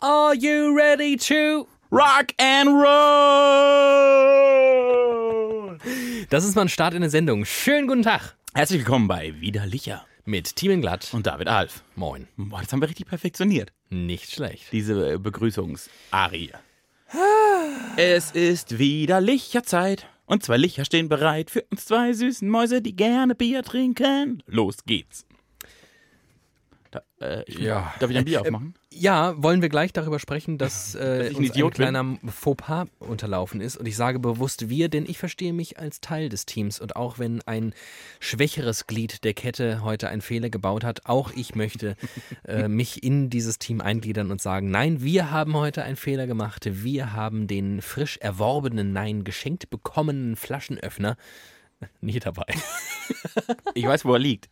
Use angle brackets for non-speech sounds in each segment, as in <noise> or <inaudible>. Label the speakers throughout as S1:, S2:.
S1: Are you ready to
S2: Rock and Roll!
S1: Das ist mein Start in der Sendung. Schönen guten Tag
S2: Herzlich willkommen bei Widerlicher
S1: mit Team in Glatt.
S2: und David Alf.
S1: Moin.
S2: Boah, das haben wir richtig perfektioniert,
S1: Nicht schlecht.
S2: diese äh, Begrüßungsarie. Es ist wieder Licherzeit und zwei Licher stehen bereit für uns zwei süßen Mäuse, die gerne Bier trinken. Los geht's. Da, äh, ich,
S1: Ja.
S2: Darf ich ein Bier
S1: <laughs>
S2: aufmachen?
S1: Ja, wollen wir gleich darüber sprechen,
S2: <laughs>
S1: dass, äh,
S2: ich ein
S1: uns ein
S2: Idiot bin?
S1: kleiner Fauxpas unterlaufen ist. Und ich sage bewusst wir, denn ich verstehe mich als Teil des Teams. Und auch wenn ein schwächeres Glied der Kette heute einen Fehler gebaut hat, auch ich
S2: <laughs>
S1: möchte äh, mich in dieses Team eingliedern und sagen, nein, wir haben heute einen Fehler gemacht. Wir haben den frisch erworbenen, nein, geschenkt bekommenen Flaschenöffner <laughs> nie
S2: <laughs>
S1: dabei.
S2: Ich weiß, wo er liegt.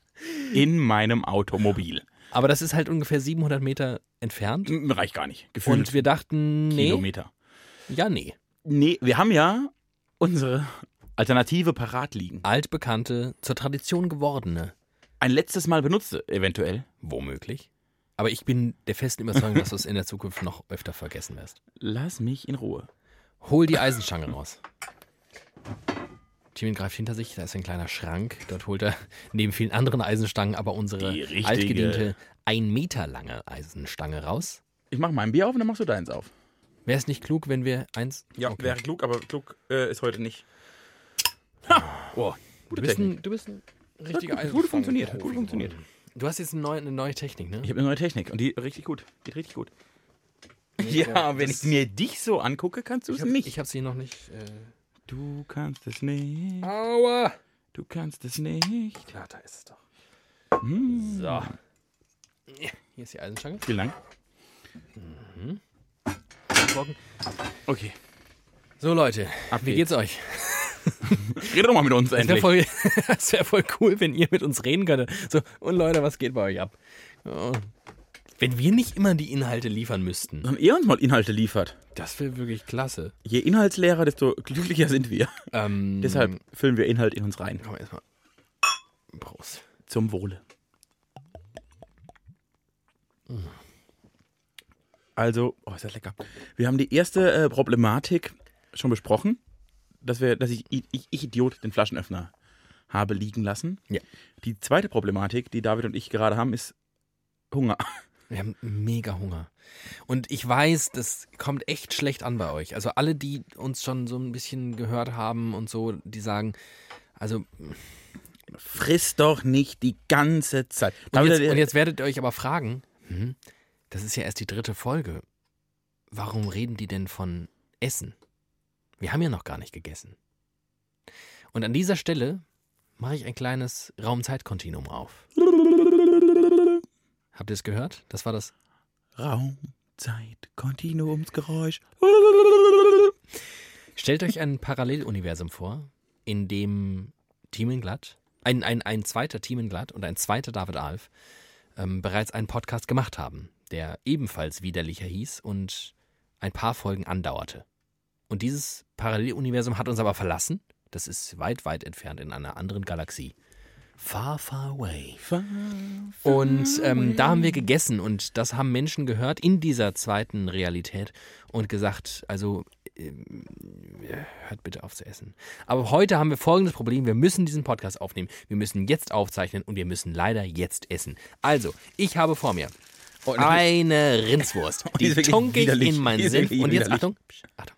S2: In meinem Automobil.
S1: Aber das ist halt ungefähr 700 Meter entfernt.
S2: Hm, Reicht gar nicht. Gefühlt
S1: Und wir dachten, nee,
S2: Kilometer.
S1: ja, nee.
S2: Nee, wir haben ja unsere Alternative parat liegen.
S1: Altbekannte, zur Tradition gewordene,
S2: Ein letztes Mal benutzte, eventuell.
S1: womöglich. Aber ich bin der festen Überzeugung, dass du es in der Zukunft noch öfter vergessen wirst.
S2: Lass mich in Ruhe.
S1: Hol die Eisenstange raus. Timin greift hinter sich, da ist ein kleiner Schrank. Dort holt er neben vielen anderen Eisenstangen aber unsere
S2: Die richtige.
S1: altgediente, ein Meter lange Eisenstange raus.
S2: Ich mach mein Bier auf und dann machst du deins auf.
S1: Wäre es nicht klug, wenn wir eins. Okay.
S2: klug, aber klug äh, ist heute nicht. Ha! Oh,
S1: du,
S2: gute
S1: bist
S2: Technik.
S1: ein, du bist ein richtiger
S2: Hat gut-
S1: Eisenstangen.
S2: gut funktioniert, hat gut funktioniert.
S1: Du hast jetzt eine neue, eine neue Technik, ne?
S2: Ich habe eine neue Technik und die richtig gut. Geht richtig gut. ja, wenn ich mir dich so angucke, kannst du es
S1: hab-
S2: nicht.
S1: Ich habe sie noch nicht. Äh
S2: du kannst es nicht.
S1: Aua!
S2: Du kannst es nicht.
S1: Ja, da ist es doch.
S2: Hm. So.
S1: Hier ist die Eisenstange.
S2: Vielen Dank.
S1: Brocken.
S2: Okay.
S1: So, Leute,
S2: Ab
S1: wie geht's euch?
S2: Rede doch mal mit uns
S1: Es wäre
S2: endlich.
S1: voll, <laughs> es wär voll cool, wenn ihr mit uns reden könntet. So, und Leute, was geht bei euch ab? Oh. Wenn wir nicht immer die Inhalte liefern müssten,
S2: Sondern ihr uns mal Inhalte liefert.
S1: das wäre wirklich klasse.
S2: Je inhaltsleerer, desto glücklicher sind wir.
S1: Ähm,
S2: Deshalb füllen wir Inhalt in uns rein.
S1: komm erstmal. Prost.
S2: Zum Wohle. Also, oh, ist das lecker. Wir haben die erste äh, Problematik schon besprochen, dass, wir, dass ich, ich, ich Idiot, den Flaschenöffner habe liegen lassen.
S1: Ja.
S2: Die zweite Problematik, die David und ich gerade haben, ist Hunger.
S1: Wir haben mega Hunger. Und ich weiß, das kommt echt schlecht an bei euch. Also alle, die uns schon so ein bisschen gehört haben und so, die sagen, also
S2: Friss doch nicht die ganze Zeit.
S1: Und
S2: David,
S1: jetzt, und jetzt werdet ihr euch aber fragen, hm, das ist ja erst die dritte Folge. Warum reden die denn von Essen? Wir haben ja noch gar nicht gegessen. Und an dieser Stelle mache ich ein kleines Raumzeitkontinuum auf. Habt ihr es gehört? Das war das.
S2: Raum, Zeit, Kontinuumsgeräusch.
S1: Stellt euch ein Paralleluniversum vor, in dem Thiemenglatt, ein, ein, ein zweiter Thiemenglatt und ein zweiter David Alf ähm, bereits einen Podcast gemacht haben, der ebenfalls widerlicher hieß und ein paar Folgen andauerte. Und dieses Paralleluniversum hat uns aber verlassen. Das ist weit, weit entfernt in einer anderen Galaxie. Far, far away. Und ähm, da haben wir gegessen und das haben Menschen gehört in dieser zweiten Realität und gesagt, also ähm, hört bitte auf zu essen. Aber heute haben wir folgendes Problem, wir müssen diesen Podcast aufnehmen, wir müssen jetzt aufzeichnen und wir müssen leider jetzt essen. Also, ich habe vor mir eine
S2: <laughs>
S1: Rindswurst, die
S2: die Oh, ist wirklich
S1: tunke ich
S2: widerlich.
S1: in meinen
S2: Die ist
S1: Senf
S2: wirklich
S1: und jetzt
S2: widerlich.
S1: Achtung, psch, Achtung.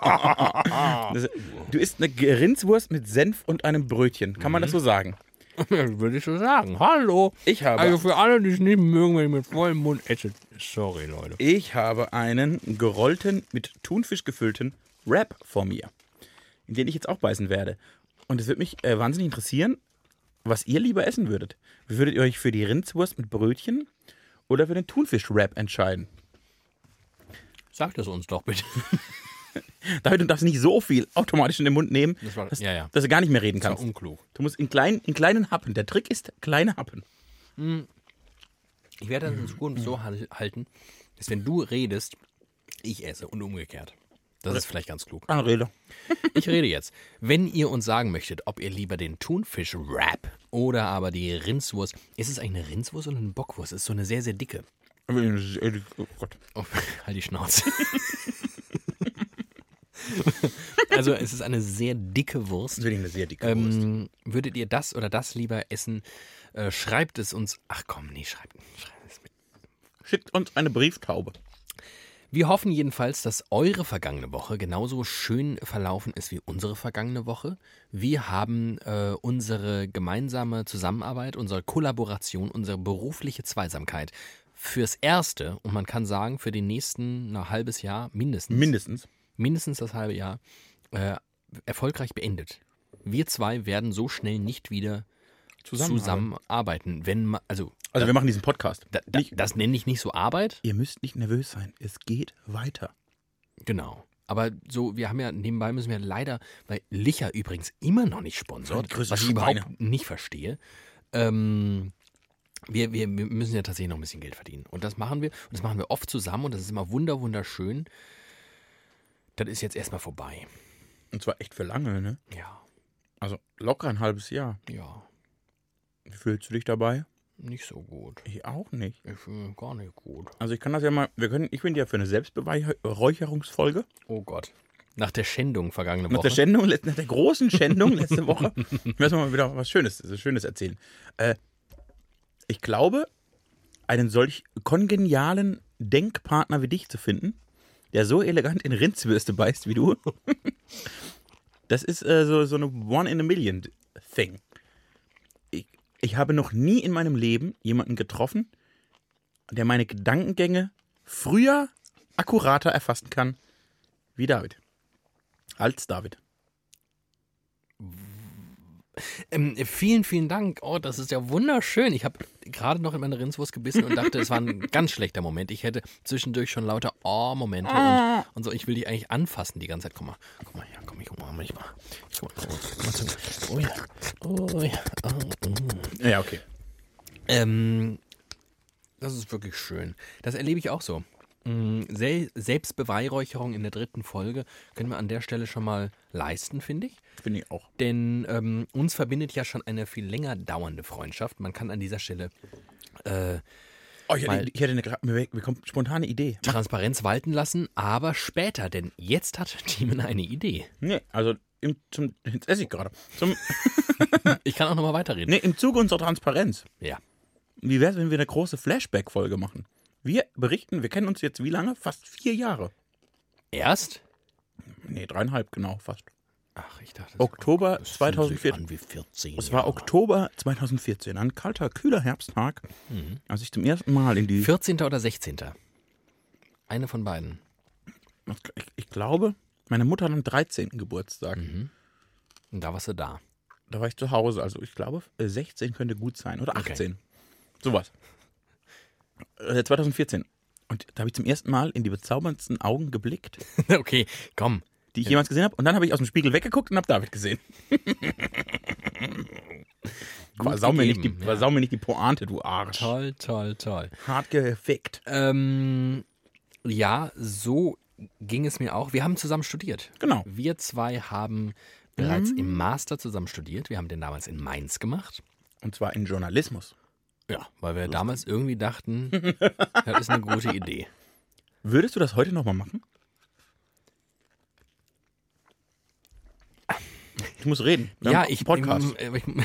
S2: Das, du isst eine G- Rindswurst mit Senf und einem Brötchen. Kann man
S1: Mhm.
S2: das so sagen?
S1: <laughs> Würde ich so sagen. Hallo.
S2: Ich habe,
S1: Also für alle, die es nicht mögen, wenn ich mit vollem Mund esse, sorry Leute.
S2: ich habe einen gerollten, mit Thunfisch gefüllten Wrap vor mir, in den ich jetzt auch beißen werde. Und es würde mich äh, wahnsinnig interessieren, was ihr lieber essen würdet. Würdet ihr euch für die Rindswurst mit Brötchen oder für den Thunfisch-Wrap entscheiden?
S1: Sagt es uns doch bitte.
S2: David, du darfst nicht so viel automatisch in den Mund nehmen,
S1: Das war-
S2: dass,
S1: ja, ja.
S2: dass du gar nicht mehr reden
S1: Das war
S2: kannst.
S1: unklug.
S2: Du musst in, klein, in kleinen Happen. Der Trick ist kleine Happen.
S1: Ich werde das in Zukunft so hal- halten, dass wenn du redest, ich esse und umgekehrt. Das ist vielleicht ganz klug.
S2: Anrede.
S1: Ich rede jetzt. Wenn ihr uns sagen möchtet, ob ihr lieber den Thunfisch-Wrap oder aber die Rindswurst. Ist es eigentlich eine Rindswurst oder eine Bockwurst? Ist so eine sehr, sehr dicke.
S2: Oh Gott.
S1: Oh, <laughs> halt die Schnauze. <laughs> also es ist eine sehr dicke Wurst.
S2: Das ist eine sehr dicke Wurst.
S1: Ähm, würdet ihr das oder das lieber essen? Äh, schreibt es uns. Ach komm, nee, schreibt, schreibt es mir.
S2: Schickt uns eine Brieftaube.
S1: Wir hoffen jedenfalls, dass eure vergangene Woche genauso schön verlaufen ist wie unsere vergangene Woche. Wir haben äh, unsere gemeinsame Zusammenarbeit, unsere Kollaboration, unsere berufliche Zweisamkeit fürs erste und man kann sagen für den nächsten ein halbes Jahr mindestens
S2: Mindestens.
S1: mindestens das halbe Jahr äh, erfolgreich beendet. Wir zwei werden so schnell nicht wieder zusammenarbeiten, wenn ma- also
S2: Also wir machen diesen Podcast.
S1: da, da, das nenne ich nicht so Arbeit,
S2: Ihr müsst nicht nervös sein. Es geht weiter.
S1: Genau. Aber so, wir haben ja nebenbei müssen wir leider, weil Licher übrigens immer noch nicht
S2: Die
S1: sponsort,
S2: größten
S1: was ich
S2: Schweine.
S1: überhaupt nicht verstehe. Ähm, wir, wir, wir müssen ja tatsächlich noch ein bisschen Geld verdienen. Und das machen wir. Und das machen wir oft zusammen und das ist immer wunder, wunderschön. Das ist jetzt erstmal vorbei.
S2: Und zwar echt für lange, ne?
S1: Ja,
S2: Also locker ein halbes Jahr.
S1: ja,
S2: Wie fühlst du dich dabei?
S1: nicht so gut.
S2: Ich auch nicht.
S1: Ich äh, gar nicht gut.
S2: Also ich kann das ja mal, wir können, ich bin ja für eine Selbstbeweihräucherungsfolge.
S1: Oh Gott. Nach der Schändung vergangene
S2: Nach
S1: Woche.
S2: der Schändung, let- nach der großen Schändung letzte Woche, müssen wir mal wieder was Schönes, was Schönes erzählen. Äh, ich glaube, einen solch kongenialen Denkpartner wie dich zu finden, der so elegant in Rindswürste beißt wie du, <laughs> das ist äh, so, so eine One in a Million Thing. Ich, ich habe noch nie in meinem Leben jemanden getroffen, der meine Gedankengänge früher akkurater erfassen kann wie David. Als David.
S1: Ähm, vielen, vielen Dank. Oh, das ist ja wunderschön. Ich habe gerade noch in meine Rindswurst gebissen und dachte, es war ein ganz schlechter Moment. Ich hätte zwischendurch schon lauter Oh-Momente und, und so. Ich will dich eigentlich anfassen die ganze Zeit. Guck mal, guck mal, ja, komm, ich umarme dich mal. Ich guck mal, guck mal zu mir. Oh ja, oh ja. Oh, mm.
S2: Ja, okay.
S1: Ähm, das ist wirklich schön. Das erlebe ich auch so. Mm, Sel Selbstbeweihräucherung in der dritten Folge können wir an der Stelle schon mal leisten, finde ich.
S2: Finde ich auch.
S1: Denn ähm, uns verbindet ja schon eine viel länger dauernde Freundschaft. Man kann an dieser Stelle äh,
S2: Oh, ich,
S1: Weil-
S2: hatte, ich hatte eine gra- mir mir kommt spontane Idee.
S1: Transparenz walten lassen, aber später, denn jetzt hat <laughs> Timon eine Idee.
S2: Nee, also im, zum, jetzt esse ich gerade. Zum,
S1: Ich kann auch nochmal weiterreden.
S2: nee, im Zuge unserer Transparenz.
S1: Ja.
S2: Wie wäre es, wenn wir eine große Flashback-Folge machen? Wir berichten, wir kennen uns jetzt wie lange? Fast vier Jahre.
S1: Erst?
S2: Nee, dreieinhalb, genau, fast.
S1: Ach, ich dachte.
S2: Oktober
S1: das fühlt sich
S2: 2014.
S1: An wie 14.
S2: Es war
S1: Jahre.
S2: Oktober 2014, ein kalter, kühler Herbsttag, als ich zum ersten Mal in die.
S1: 14. oder 16. Eine von beiden.
S2: Ich, ich glaube, meine Mutter hat am 13. Geburtstag.
S1: Und da warst du da. <laughs>
S2: Da war ich zu Hause. Also ich glaube, äh, 16 könnte gut sein. Oder
S1: Okay.
S2: 18. Sowas. Äh, 2014. Und da habe ich zum ersten Mal in die bezauberndsten Augen geblickt,
S1: okay, komm.
S2: die ich jemals gesehen habe. Und dann habe ich aus dem Spiegel weggeguckt und habe
S1: <laughs>
S2: David gesehen. Versau mir, nicht die,
S1: gegeben, ja.
S2: versau mir nicht die Pointe, du Arsch.
S1: Toll, toll, toll.
S2: Hart gefickt.
S1: Ähm, ja, so ging es mir auch. Wir haben zusammen studiert.
S2: Genau.
S1: Wir zwei haben bereits
S2: Mhm.
S1: im Master zusammen studiert. Wir haben den damals in Mainz gemacht.
S2: Und zwar in Journalismus.
S1: Ja, weil wir damals irgendwie
S2: <laughs>
S1: dachten, das ist eine gute Idee.
S2: Würdest du das heute nochmal machen? Ich muss reden. Wir
S1: ja,
S2: haben
S1: ich,
S2: Podcast.
S1: ähm, ich <laughs>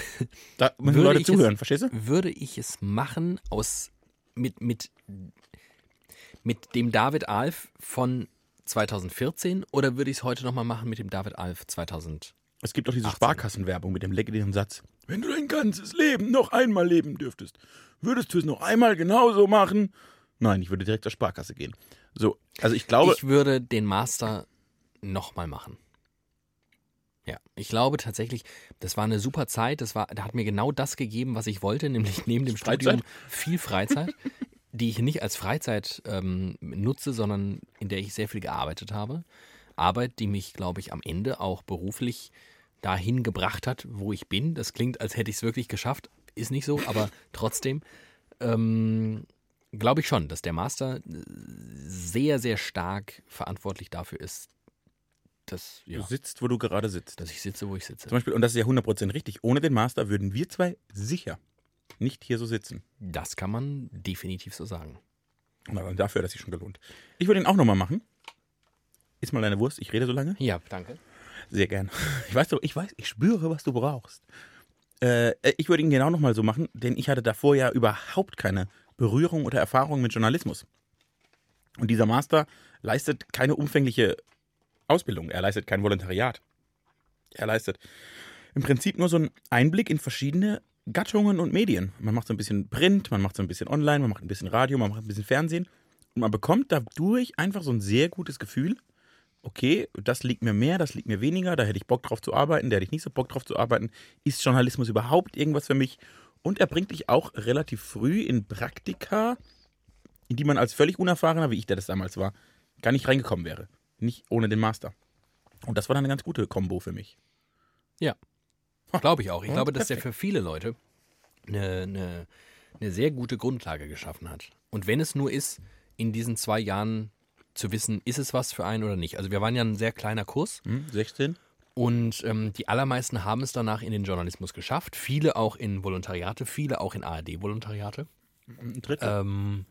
S2: da müssen
S1: würde
S2: Leute
S1: ich es-
S2: zuhören, verstehst du?
S1: würde ich es machen aus mit mit mit dem David Alf von 2014 oder würde ich es heute nochmal machen mit dem David Alf 2000?
S2: Es gibt auch diese Sparkassenwerbung mit dem legendären Satz: Wenn du dein ganzes Leben noch einmal leben dürftest, würdest du es noch einmal genauso machen? Nein, ich würde direkt zur Sparkasse gehen. So, also ich glaube,
S1: ich würde den Master nochmal machen. Ja, ich glaube tatsächlich, das war eine super Zeit. Das war, da hat mir genau das gegeben, was ich wollte, nämlich neben dem
S2: Freizeit?
S1: Studium viel Freizeit, <laughs> die ich nicht als Freizeit ähm, nutze, sondern in der ich sehr viel gearbeitet habe. Arbeit, die mich, glaube ich, am Ende auch beruflich dahin gebracht hat, wo ich bin. Das klingt, als hätte ich es wirklich geschafft. Ist nicht so,
S2: <laughs>
S1: aber trotzdem ähm, äh, glaube ich schon, dass der Master sehr, sehr stark verantwortlich dafür ist, das,
S2: Du
S1: ja,
S2: sitzt, wo du gerade sitzt.
S1: dass ich sitze, wo ich sitze.
S2: Zum Beispiel, und das ist ja 100% richtig, ohne den Master würden wir zwei sicher nicht hier so sitzen.
S1: Das kann man definitiv so sagen.
S2: Aber dafür hat er sich schon gelohnt. Ich würde ihn auch nochmal machen. Ist mal deine Wurst, ich rede so lange.
S1: Ja,
S2: <laughs>
S1: danke.
S2: Sehr gern. Ich weiß, doch- ich weiß, ich spüre, was du brauchst. Äh, ich würde ihn genau nochmal so machen, denn ich hatte davor ja überhaupt keine Berührung oder Erfahrung mit Journalismus. Und dieser Master leistet keine umfängliche Ausbildung, er leistet kein Volontariat. Er leistet im Prinzip nur so einen Einblick in verschiedene Gattungen und Medien. Man macht so ein bisschen Print, man macht so ein bisschen Online, man macht ein bisschen Radio, man macht ein bisschen Fernsehen. Und man bekommt dadurch einfach so ein sehr gutes Gefühl, okay, das liegt mir mehr, das liegt mir weniger, da hätte ich Bock drauf zu arbeiten, da hätte ich nicht so Bock drauf zu arbeiten. Ist Journalismus überhaupt irgendwas für mich? Und er bringt dich auch relativ früh in Praktika, in die man als völlig unerfahrener, wie ich der das damals war, gar nicht reingekommen wäre. Nicht ohne den Master. Und das war dann eine ganz gute Kombo für mich.
S1: Ja. Glaube ich auch. Ich
S2: Und
S1: glaube, dass der
S2: perfekt.
S1: für viele Leute eine, eine, eine sehr gute Grundlage geschaffen hat. Und wenn es nur ist, in diesen zwei Jahren zu wissen, ist es was für einen oder nicht. Also wir waren ja ein sehr kleiner Kurs
S2: Hm, 16?
S1: und ähm, die allermeisten haben es danach in den Journalismus geschafft. Viele auch in Volontariate, viele auch in ARD-Volontariate.
S2: Ein Drittel.
S1: Ähm,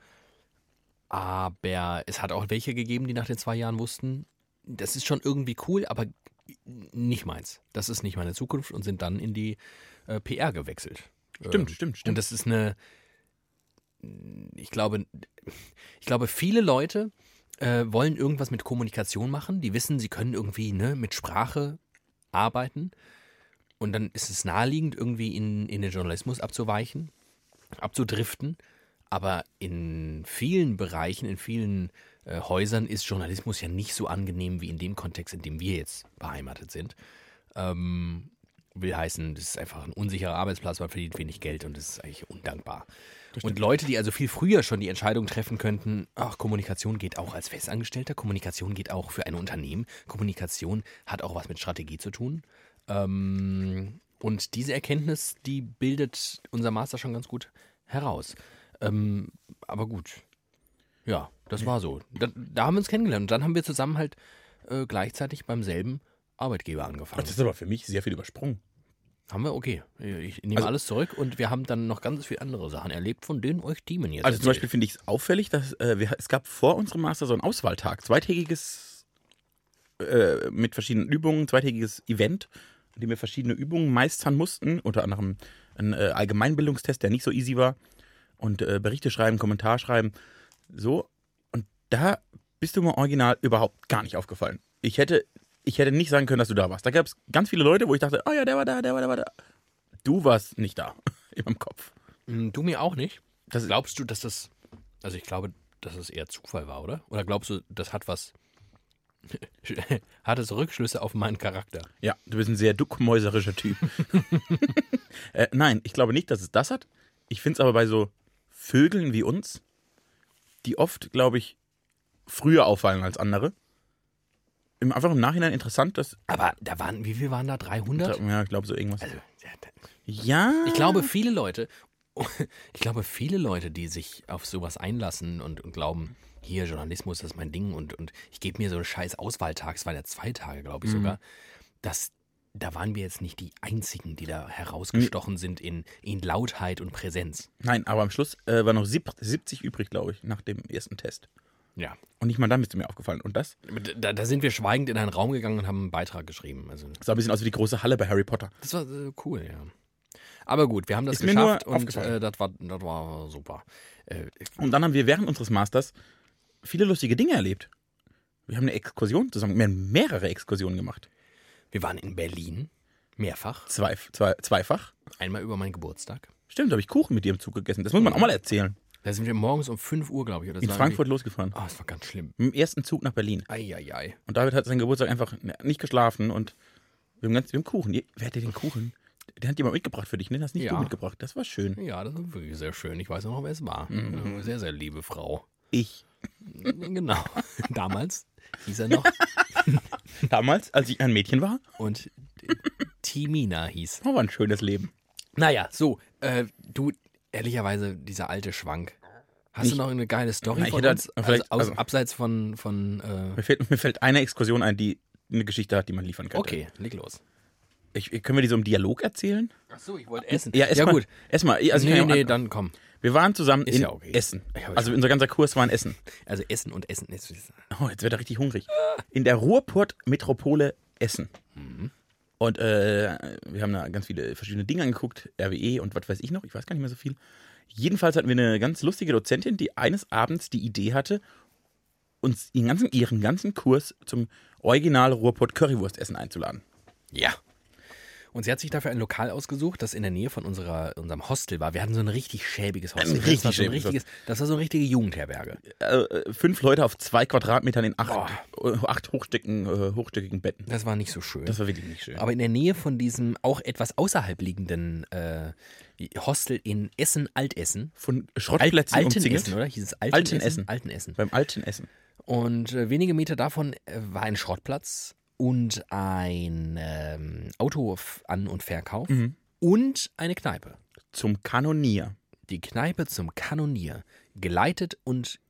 S1: aber es hat auch welche gegeben, die nach den zwei Jahren wussten, das ist schon irgendwie cool, aber nicht meins. Das ist nicht meine Zukunft und sind dann in die äh, PR gewechselt.
S2: Äh, Stimmt, stimmt, stimmt.
S1: Und das ist eine, ich glaube, ich glaube, viele Leute äh, wollen irgendwas mit Kommunikation machen. Die wissen, sie können irgendwie ne, mit Sprache arbeiten. Und dann ist es naheliegend, irgendwie in, in den Journalismus abzuweichen, abzudriften. Aber in vielen Bereichen, in vielen äh, Häusern ist Journalismus ja nicht so angenehm wie in dem Kontext, in dem wir jetzt beheimatet sind. Ähm, will heißen, das ist einfach ein unsicherer Arbeitsplatz, man verdient wenig Geld und das ist eigentlich undankbar. Und Leute, die also viel früher schon die Entscheidung treffen könnten, ach, Kommunikation geht auch als Festangestellter, Kommunikation geht auch für ein Unternehmen, Kommunikation hat auch was mit Strategie zu tun. Ähm, und diese Erkenntnis, die bildet unser Master schon ganz gut heraus. Ähm, aber gut, ja, das war so. Da, da haben wir uns kennengelernt und dann haben wir zusammen halt äh, gleichzeitig beim selben Arbeitgeber angefangen.
S2: das ist aber für mich sehr viel übersprungen.
S1: Haben wir? Okay. Ich nehme
S2: Also-
S1: alles zurück und wir haben dann noch ganz viele andere Sachen erlebt, von denen euch Themen jetzt.
S2: Also zum
S1: erzählt.
S2: Beispiel finde ich es auffällig, dass äh, wir, es gab vor unserem Master so einen Auswahltag, zweitägiges äh, mit verschiedenen Übungen, zweitägiges Event, in dem wir verschiedene Übungen meistern mussten, unter anderem ein äh, Allgemeinbildungstest, der nicht so easy war und äh, Berichte schreiben, Kommentar schreiben, so und da bist du mir original überhaupt gar nicht aufgefallen. Ich hätte ich hätte nicht sagen können, dass du da warst. Da gab es ganz viele Leute, wo ich dachte, oh ja, der war da, der war da, der war da. Du warst nicht da <laughs> in meinem Kopf.
S1: Mm, Du mir auch nicht.
S2: Das ist-
S1: glaubst du, dass das. Also ich glaube, dass es eher Zufall war, oder? Oder glaubst du, das hat was. <laughs> hat es Rückschlüsse auf meinen Charakter?
S2: Ja, du bist ein sehr
S1: <laughs>
S2: duckmäuserischer Typ. äh, nein, ich glaube nicht, dass es das hat. Ich finde es aber bei so Vögeln wie uns, die oft, glaube ich, früher auffallen als andere, im, einfach im Nachhinein interessant, dass.
S1: Aber da waren. Wie viel waren da? 300?
S2: Ja, ich glaube so irgendwas.
S1: Also, ja, da-
S2: Ja.
S1: Ich glaube,
S2: Hm.
S1: viele Leute, <laughs> ich glaube, viele Leute, die sich auf sowas einlassen und, und glauben, hier Journalismus das ist mein Ding und, und ich gebe mir so einen scheiß Auswahltag, es waren ja zwei Tage, glaube
S2: Hm.
S1: ich sogar, dass da waren wir jetzt nicht die einzigen, die da herausgestochen
S2: Hm.
S1: sind in, in Lautheit und Präsenz.
S2: Nein, aber am Schluss äh, war noch sieb- 70 übrig, glaube ich, nach dem ersten Test.
S1: Ja.
S2: Und nicht mal dann bist du mir aufgefallen. Und das
S1: Da, da sind wir schweigend in einen Raum gegangen und haben einen Beitrag geschrieben. Also,
S2: sah ein bisschen aus wie die große Halle bei Harry Potter.
S1: das war äh, cool, ja. Aber gut, wir haben das
S2: Ist mir nur
S1: geschafft und
S2: aufgefallen.
S1: äh, das war, das war super. Äh,
S2: Und dann haben wir während unseres Masters viele lustige Dinge erlebt. Wir haben eine Exkursion zusammen, wir haben mehrere Exkursionen gemacht.
S1: wir waren in Berlin, mehrfach.
S2: Zwei, zwei, zweifach.
S1: Einmal über meinen Geburtstag.
S2: Stimmt, da habe ich Kuchen mit dir im Zug gegessen. Das muss
S1: Oh.
S2: man auch mal erzählen.
S1: Da sind wir morgens um 5 Uhr, glaube ich. Oder
S2: In
S1: so
S2: Frankfurt losgefahren.
S1: irgendwie- Ah, es war ganz schlimm.
S2: Mit dem ersten Zug nach Berlin.
S1: Eieiei.
S2: Und David hat seinen Geburtstag einfach nicht geschlafen und wir haben, ganz, wir haben Kuchen. Ihr- Wer hat dir den Kuchen? Den hat jemand mitgebracht für dich, ne? Den hast nicht
S1: Ja.
S2: du mitgebracht. Das war schön.
S1: Ja, das war wirklich sehr schön. Ich weiß noch, wer es war.
S2: Mhm.
S1: Eine Sehr, sehr liebe Frau.
S2: Ich.
S1: Genau. <laughs> Damals hieß er noch
S2: Damals, als ich ein Mädchen war,
S1: und Timina hieß.
S2: war ein schönes Leben.
S1: Naja, so, äh, du, ehrlicherweise, dieser alte Schwank. Hast du noch eine geile Story
S2: Nein, ich
S1: von
S2: hätte- halt
S1: uns? Also,
S2: vielleicht-
S1: aus,
S2: also-
S1: abseits von, von äh,
S2: Mir fällt, mir fällt eine Exkursion ein, die eine Geschichte hat, die man liefern könnte.
S1: Okay, leg los.
S2: Ich, können wir die so im Dialog erzählen?
S1: Achso, ich wollte essen.
S2: Ja, erst mal,
S1: gut.
S2: Erst mal, also ich
S1: nee,
S2: kann ja
S1: nee,
S2: auch-
S1: dann komm.
S2: wir waren zusammen in
S1: ja okay.
S2: Essen.
S1: Ja, aber
S2: Also unser ganzer Kurs war in Essen.
S1: Also Essen und Essen. ist-
S2: Oh, jetzt wird er richtig hungrig. In der Ruhrport-Metropole Essen.
S1: Mhm.
S2: Und äh, wir haben da ganz viele verschiedene Dinge angeguckt, RWE und was weiß ich noch, ich weiß gar nicht mehr so viel. Jedenfalls hatten wir eine ganz lustige Dozentin, die eines Abends die Idee hatte, uns ihren ganzen, ihren ganzen Kurs zum Original Ruhrport Currywurstessen einzuladen.
S1: Ja. Und sie hat sich dafür ein Lokal ausgesucht, das in der Nähe von unserer, unserem Hostel war. Wir hatten so ein richtig schäbiges Hostel.
S2: Ein richtig
S1: das, war so ein
S2: schäbiges
S1: richtiges, das war so eine richtige Jugendherberge.
S2: Äh, äh, fünf Leute auf zwei Quadratmetern in acht, äh, acht hochstöckigen, äh, hochstöckigen Betten.
S1: Das war nicht so schön.
S2: Das war wirklich nicht schön.
S1: Aber in der Nähe von diesem auch etwas außerhalb liegenden äh, Hostel in Essen-Altessen.
S2: Von Schrottplätzen umzingelt.
S1: Essen, oder? Hieß es
S2: Altenessen.
S1: Alten Essen.
S2: Beim alten Essen.
S1: Und äh, wenige Meter davon äh, war ein Schrottplatz und ein ähm, Autoan- und Verkauf
S2: Mhm.
S1: und eine Kneipe.
S2: Zum Kanonier.
S1: Die Kneipe zum Kanonier, geleitet und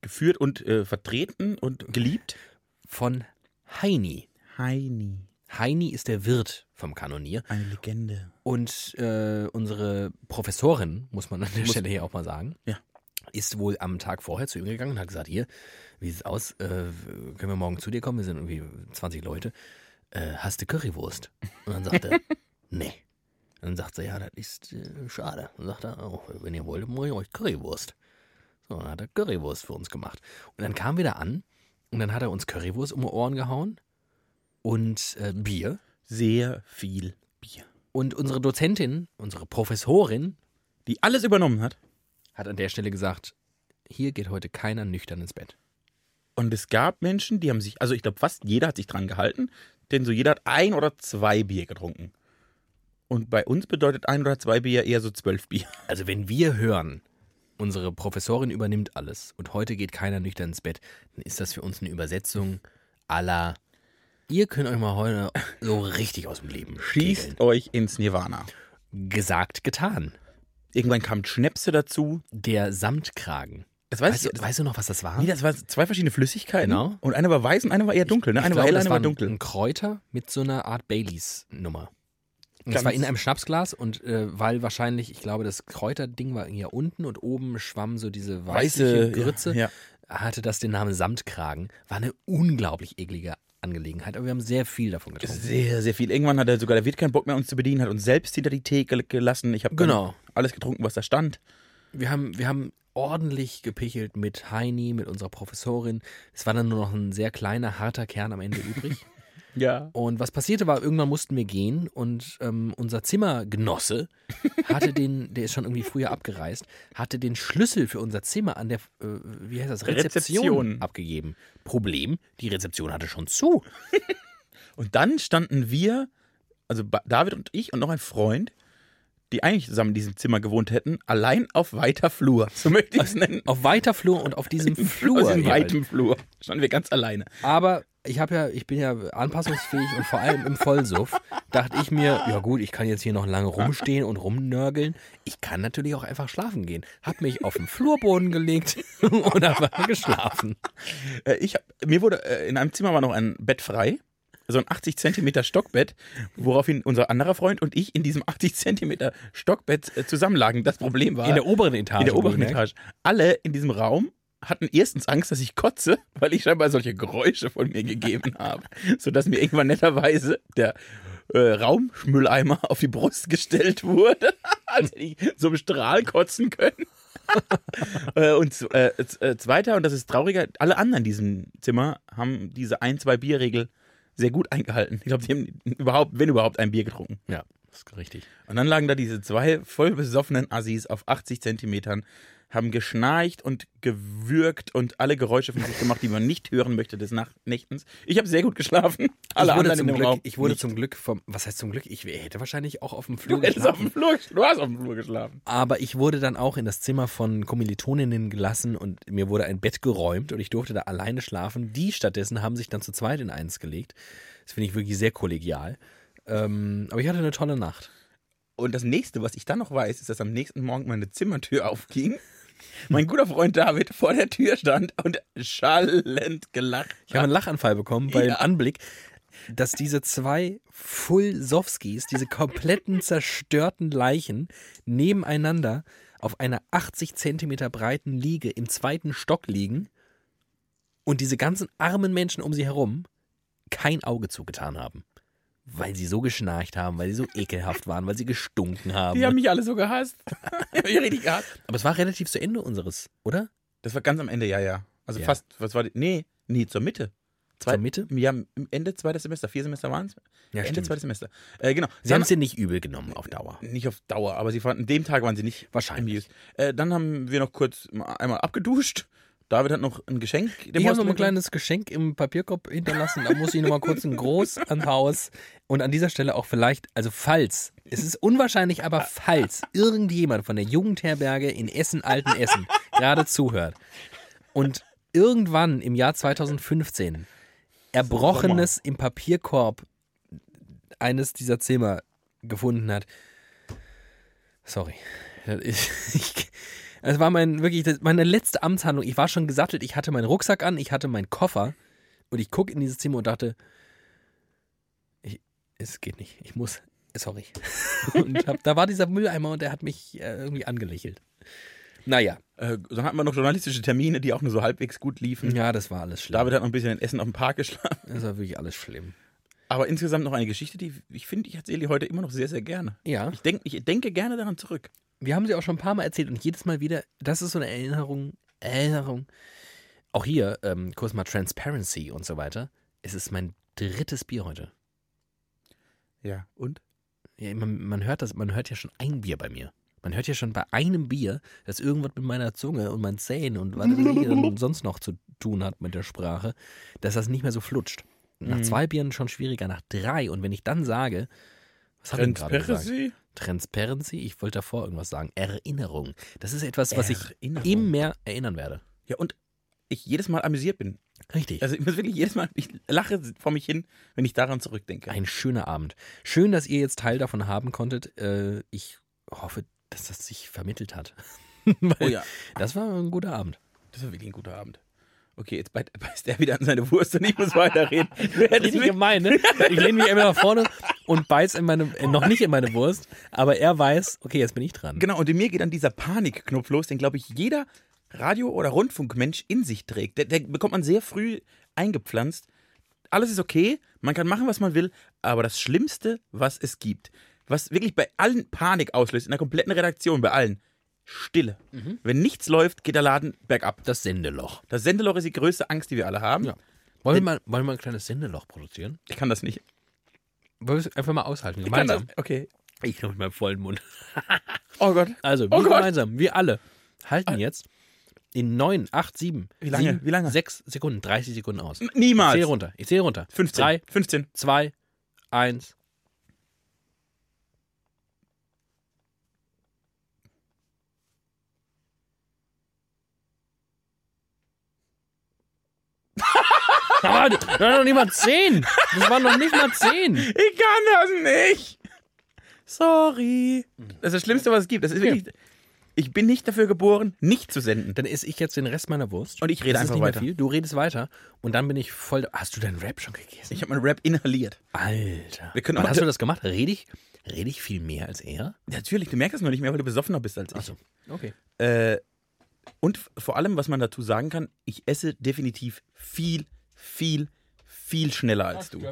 S2: geführt und äh, vertreten und geliebt?
S1: von Heini.
S2: Heini,
S1: Heini ist der Wirt vom Kanonier
S2: eine Legende.
S1: und äh, unsere Professorin, muss man an der
S2: Muss-
S1: Stelle hier auch mal sagen,
S2: Ja.
S1: ist wohl am Tag vorher zu ihm gegangen und hat gesagt, hier, wie sieht's aus, äh, können wir morgen zu dir kommen, wir sind irgendwie 20 Leute, äh, hast du Currywurst? Und dann sagt
S2: <laughs>
S1: er, nee. Dann sagt sie, ja, das ist äh, schade. Dann sagt er, oh, wenn ihr wollt, mache ich euch Currywurst. So, dann hat er Currywurst für uns gemacht. Und dann kamen wir da an und dann hat er uns Currywurst um die Ohren gehauen und äh, Bier.
S2: Sehr viel Bier.
S1: Und unsere Dozentin, unsere Professorin,
S2: Die alles übernommen hat.
S1: hat an der Stelle gesagt, hier geht heute keiner nüchtern ins Bett.
S2: Und es gab Menschen, die haben sich, also ich glaube, fast jeder hat sich dran gehalten, denn so jeder hat ein oder zwei Bier getrunken. Und bei uns bedeutet ein oder zwei Bier eher so zwölf Bier.
S1: Also wenn wir hören, unsere Professorin übernimmt alles und heute geht keiner nüchtern ins Bett, dann ist das für uns eine Übersetzung aller. Ihr könnt euch mal heute so richtig aus dem Leben
S2: Schießt
S1: kegeln.
S2: euch ins Nirvana.
S1: Gesagt, getan.
S2: Irgendwann kamen Schnäpse dazu. Also
S1: Der Samtkragen.
S2: Das weiß
S1: Weißt du,
S2: ich.
S1: weißt du noch, was das war?
S2: nee, das waren zwei verschiedene Flüssigkeiten.
S1: Genau.
S2: Und eine war weiß und eine war eher dunkel. Ne? Eine
S1: Ich
S2: war
S1: glaube,
S2: hell,
S1: das war
S2: eine war
S1: ein-
S2: dunkel.
S1: ein Kräuter mit so einer Art Baileys-Nummer. Und Das
S2: Ganz-
S1: war in einem Schnapsglas und äh, weil wahrscheinlich, ich glaube, das Kräuterding war hier unten und oben schwamm so diese weiße Grütze,
S2: Ja, ja.
S1: hatte das den Namen Samtkragen. War eine unglaublich eklige Angelegenheit, aber wir haben sehr viel davon getrunken.
S2: Sehr, sehr viel. Irgendwann hat er sogar, der wird keinen Bock mehr, uns zu bedienen, hat uns selbst hinter die Theke gelassen. Ich habe
S1: Genau.
S2: alles getrunken, was da stand.
S1: Wir haben, wir haben ordentlich gepichelt mit Heini, mit unserer Professorin. Es war dann nur noch ein sehr kleiner, harter Kern am Ende übrig.
S2: Ja.
S1: Und was passierte war, irgendwann mussten wir gehen und ähm, unser Zimmergenosse
S2: <laughs>
S1: hatte den, der ist schon irgendwie früher abgereist, hatte den Schlüssel für unser Zimmer an der, äh, wie heißt das, Rezeption,
S2: Rezeption.
S1: abgegeben. Problem, die Rezeption hatte schon zu.
S2: Und dann standen wir, also Ba- David und ich und noch ein Freund, die eigentlich zusammen in diesem Zimmer gewohnt hätten, allein auf weiter Flur. So möchte ich es nennen.
S1: Auf weiter Flur und auf diesem Flur.
S2: <laughs> Aus dem
S1: jeweils.
S2: weitem Flur. Standen wir ganz alleine.
S1: Aber ich habe ja, ich bin ja anpassungsfähig und vor allem im Vollsuff dachte ich mir, ja gut, ich kann jetzt hier noch lange rumstehen und rumnörgeln. Ich kann natürlich auch einfach schlafen gehen. Hab mich auf den Flurboden gelegt <laughs> und habe geschlafen.
S2: Äh, ich hab, mir wurde, äh, in einem Zimmer war noch ein Bett frei. So ein 80 Zentimeter Stockbett, woraufhin unser anderer Freund und ich in diesem 80 Zentimeter Stockbett äh, zusammenlagen. Das Problem war.
S1: In der oberen Etage.
S2: in der oberen
S1: wohlgemerkt.
S2: Etage. Alle in diesem Raum hatten erstens Angst, dass ich kotze, <laughs> weil ich scheinbar solche Geräusche von mir gegeben habe, <laughs> sodass mir irgendwann netterweise der äh, Raumschmülleimer auf die Brust gestellt wurde, <laughs> als hätte ich so im Strahl kotzen können. <laughs> äh, und z- äh, z- äh, zweiter, und das ist trauriger, alle anderen in diesem Zimmer haben diese ein, zwei Bierregel sehr gut eingehalten. Ich glaube, die haben überhaupt, wenn überhaupt, ein Bier getrunken.
S1: Ja, das ist richtig.
S2: Und dann lagen da diese zwei voll besoffenen Assis auf 80 Zentimetern, haben geschnarcht und gewürgt und alle Geräusche von sich gemacht, die man nicht hören möchte des Nach Nächtens. Ich habe sehr gut geschlafen. Alle
S1: ich wurde,
S2: anderen
S1: zum
S2: in dem
S1: Glück,
S2: Raum.
S1: ich wurde
S2: nicht.
S1: zum Glück vom, was heißt zum Glück? Ich hätte wahrscheinlich auch auf dem Flur
S2: <laughs> du, hättest auf
S1: geschlafen.
S2: dem Flur, du hast auf dem Flur geschlafen.
S1: Aber ich wurde dann auch in das Zimmer von Kommilitoninnen gelassen und mir wurde ein Bett geräumt und ich durfte da alleine schlafen. Die stattdessen haben sich dann zu zweit in eins gelegt. Das finde ich wirklich sehr kollegial. Ähm, aber ich hatte eine tolle Nacht.
S2: Und das nächste, was ich dann noch weiß, ist, dass am nächsten Morgen meine Zimmertür <laughs> aufging. Mein guter Freund David vor der Tür stand und schallend gelacht.
S1: Ich habe einen Lachanfall bekommen bei
S2: Ja.
S1: dem Anblick. dass diese zwei Full-Sowskis, diese kompletten zerstörten Leichen, nebeneinander auf einer 80 Zentimeter breiten Liege im zweiten Stock liegen und diese ganzen armen Menschen um sie herum kein Auge zugetan haben. Weil sie so geschnarcht haben, weil sie so ekelhaft waren, weil sie gestunken haben.
S2: Die haben mich alle so gehasst. Die haben mich <laughs> richtig gehasst.
S1: Aber es war relativ zu Ende unseres, oder?
S2: Das war ganz am Ende, ja, ja. Also
S1: Ja.
S2: fast, was war die? Nee, nee, zur Mitte. Zwei-
S1: Zur Mitte?
S2: Ja, am Ende zweites Semester, vier Semester waren es.
S1: Ja,
S2: Ende
S1: stimmt.
S2: zweites Semester. Äh, genau.
S1: Sie haben
S2: Dann-
S1: es dir nicht übel genommen auf Dauer.
S2: Nicht auf Dauer, aber sie fanden, an dem Tag waren sie nicht
S1: Wahrscheinlich.
S2: amused. Äh, dann haben wir noch kurz mal- einmal abgeduscht. David hat noch ein Geschenk.
S1: Ich habe noch ein
S2: Horst
S1: kleines Geschenk im Papierkorb hinterlassen. Da muss ich nochmal kurz einen Groß ans Haus. Und an dieser Stelle auch vielleicht, also falls, es ist unwahrscheinlich, aber falls irgendjemand von der Jugendherberge in Essen-Altenessen gerade zuhört und irgendwann im Jahr 2015 Erbrochenes im Papierkorb eines dieser Zimmer gefunden hat. Sorry. Das ist, <laughs> ich, das war mein, wirklich, das, meine letzte Amtshandlung. Ich war schon gesattelt, ich hatte meinen Rucksack an, ich hatte meinen Koffer und ich gucke in dieses Zimmer und dachte, ich, es geht nicht, ich muss, sorry. <laughs> Und hab, da war dieser Mülleimer und der hat mich äh, irgendwie angelächelt. Naja,
S2: Äh, dann hatten wir noch journalistische Termine, die auch nur so halbwegs gut liefen.
S1: ja, das war alles schlimm.
S2: Hm. David hat noch ein bisschen in Essen auf dem Park geschlafen.
S1: Das war wirklich alles schlimm.
S2: <laughs> Aber insgesamt noch eine Geschichte, die ich finde, ich erzähle die heute immer noch sehr, sehr gerne.
S1: Ja,
S2: Ich, denk, ich denke gerne daran zurück.
S1: wir haben sie auch schon ein paar Mal erzählt und jedes Mal wieder, das ist so eine Erinnerung, Erinnerung. Auch hier, ähm, kurz mal Transparency und so weiter. Es ist mein drittes Bier heute.
S2: Ja. Und?
S1: Ja, man, man hört das, man hört ja schon ein Bier bei mir. Man hört ja schon bei einem Bier, dass irgendwas mit meiner Zunge und meinen Zähnen und was weiß ich denn sonst noch zu tun hat mit der Sprache, dass das nicht mehr so flutscht. Nach
S2: Mhm.
S1: zwei Bieren schon schwieriger, nach drei. Und wenn ich dann sage, was habe ich denn gerade gesagt? Transparency, ich wollte davor irgendwas sagen. Erinnerung. Das ist etwas, was ich
S2: Erinnerung.
S1: immer erinnern werde.
S2: Ja, und ich jedes Mal amüsiert bin.
S1: Richtig.
S2: Also ich muss wirklich jedes Mal, ich lache vor mich hin, wenn ich daran zurückdenke.
S1: Ein schöner Abend. Schön, dass ihr jetzt Teil davon haben konntet. Äh, ich hoffe, dass das sich vermittelt hat. <laughs> Weil
S2: Oh ja.
S1: Das war ein guter Abend.
S2: Das war wirklich ein guter Abend. Okay, jetzt beißt, beißt er wieder an seine Wurst und ich muss weiterreden. Wer
S1: <laughs> richtig gemein, ne? Ich lehne mich immer nach vorne und beiß in meine, äh, noch nicht in meine Wurst, aber er weiß, okay, jetzt bin ich dran.
S2: Genau, und in mir geht dann dieser Panikknopf los, den, glaube ich, jeder Radio- oder Rundfunkmensch in sich trägt. Der, der bekommt man sehr früh eingepflanzt. Alles ist okay, man kann machen, was man will, aber das Schlimmste, was es gibt, was wirklich bei allen Panik auslöst, in der kompletten Redaktion, bei allen, Stille.
S1: Mhm.
S2: Wenn nichts läuft, geht der Laden bergab.
S1: Das Sendeloch.
S2: Das Sendeloch ist die größte Angst, die wir alle haben.
S1: Ja. Wollen wir, mal, wollen wir ein kleines Sendeloch produzieren?
S2: Ich kann das nicht.
S1: Wollen wir es einfach mal aushalten?
S2: Ich kann das.
S1: Gemeinsam.
S2: Okay.
S1: Ich glaube mit meinem vollen Mund.
S2: Oh Gott.
S1: Also, wir
S2: Oh Gott. Ah.
S1: gemeinsam, wir alle, halten jetzt in 9, 8, 7,
S2: Wie lange?
S1: 7
S2: Wie lange?
S1: 6 Sekunden, 30 Sekunden aus. Ich
S2: Niemals.
S1: zähle runter. Ich zähle runter.
S2: 15.
S1: 3,
S2: 15.
S1: 2,
S2: <laughs>
S1: 1. Ah, das waren noch nicht mal 10. Das waren noch nicht mal 10.
S2: Ich kann das nicht. Sorry. Das ist das Schlimmste, was es gibt. Das ist wirklich, ich bin nicht dafür geboren, nicht zu senden.
S1: Dann esse ich jetzt den Rest meiner Wurst.
S2: Und ich rede
S1: Das ist
S2: einfach
S1: nicht mehr
S2: weiter.
S1: Viel. Du redest weiter und dann bin ich voll. Hast du deinen Rap schon gegessen?
S2: Ich habe meinen Rap inhaliert.
S1: Alter.
S2: Wir können
S1: Wann
S2: auch-
S1: hast du das gemacht? Rede ich, rede ich viel mehr als er? Also,
S2: Natürlich, du merkst es nur nicht mehr, weil du besoffener bist als ich.
S1: Achso. Okay.
S2: Äh, und f- vor allem, was man dazu sagen kann, ich esse definitiv viel, viel, viel schneller als du.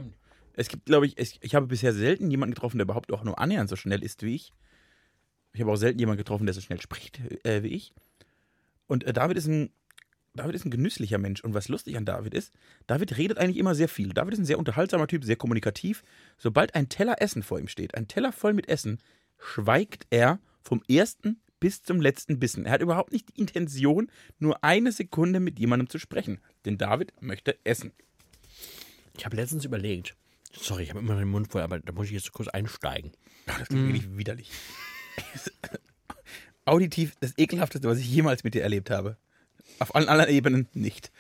S2: Es gibt, glaube ich, es, ich habe bisher selten jemanden getroffen, der überhaupt auch nur annähernd so schnell ist wie ich. Ich habe auch selten jemanden getroffen, der so schnell spricht äh, wie ich. Und äh, David ist ein David ist ein genüsslicher Mensch. Und was lustig an David ist, David redet eigentlich immer sehr viel. David ist ein sehr unterhaltsamer Typ, sehr kommunikativ. Sobald ein Teller Essen vor ihm steht, ein Teller voll mit Essen, schweigt er vom ersten bis zum letzten Bissen. Er hat überhaupt nicht die Intention, nur eine Sekunde mit jemandem zu sprechen. Denn David möchte essen.
S1: Ich habe letztens überlegt. Sorry, ich habe immer den Mund voll, aber da muss ich jetzt kurz einsteigen.
S2: Ach, das klingt wirklich widerlich. <laughs> Auditiv das ekelhafteste, was ich jemals mit dir erlebt habe. Auf allen anderen Ebenen nicht.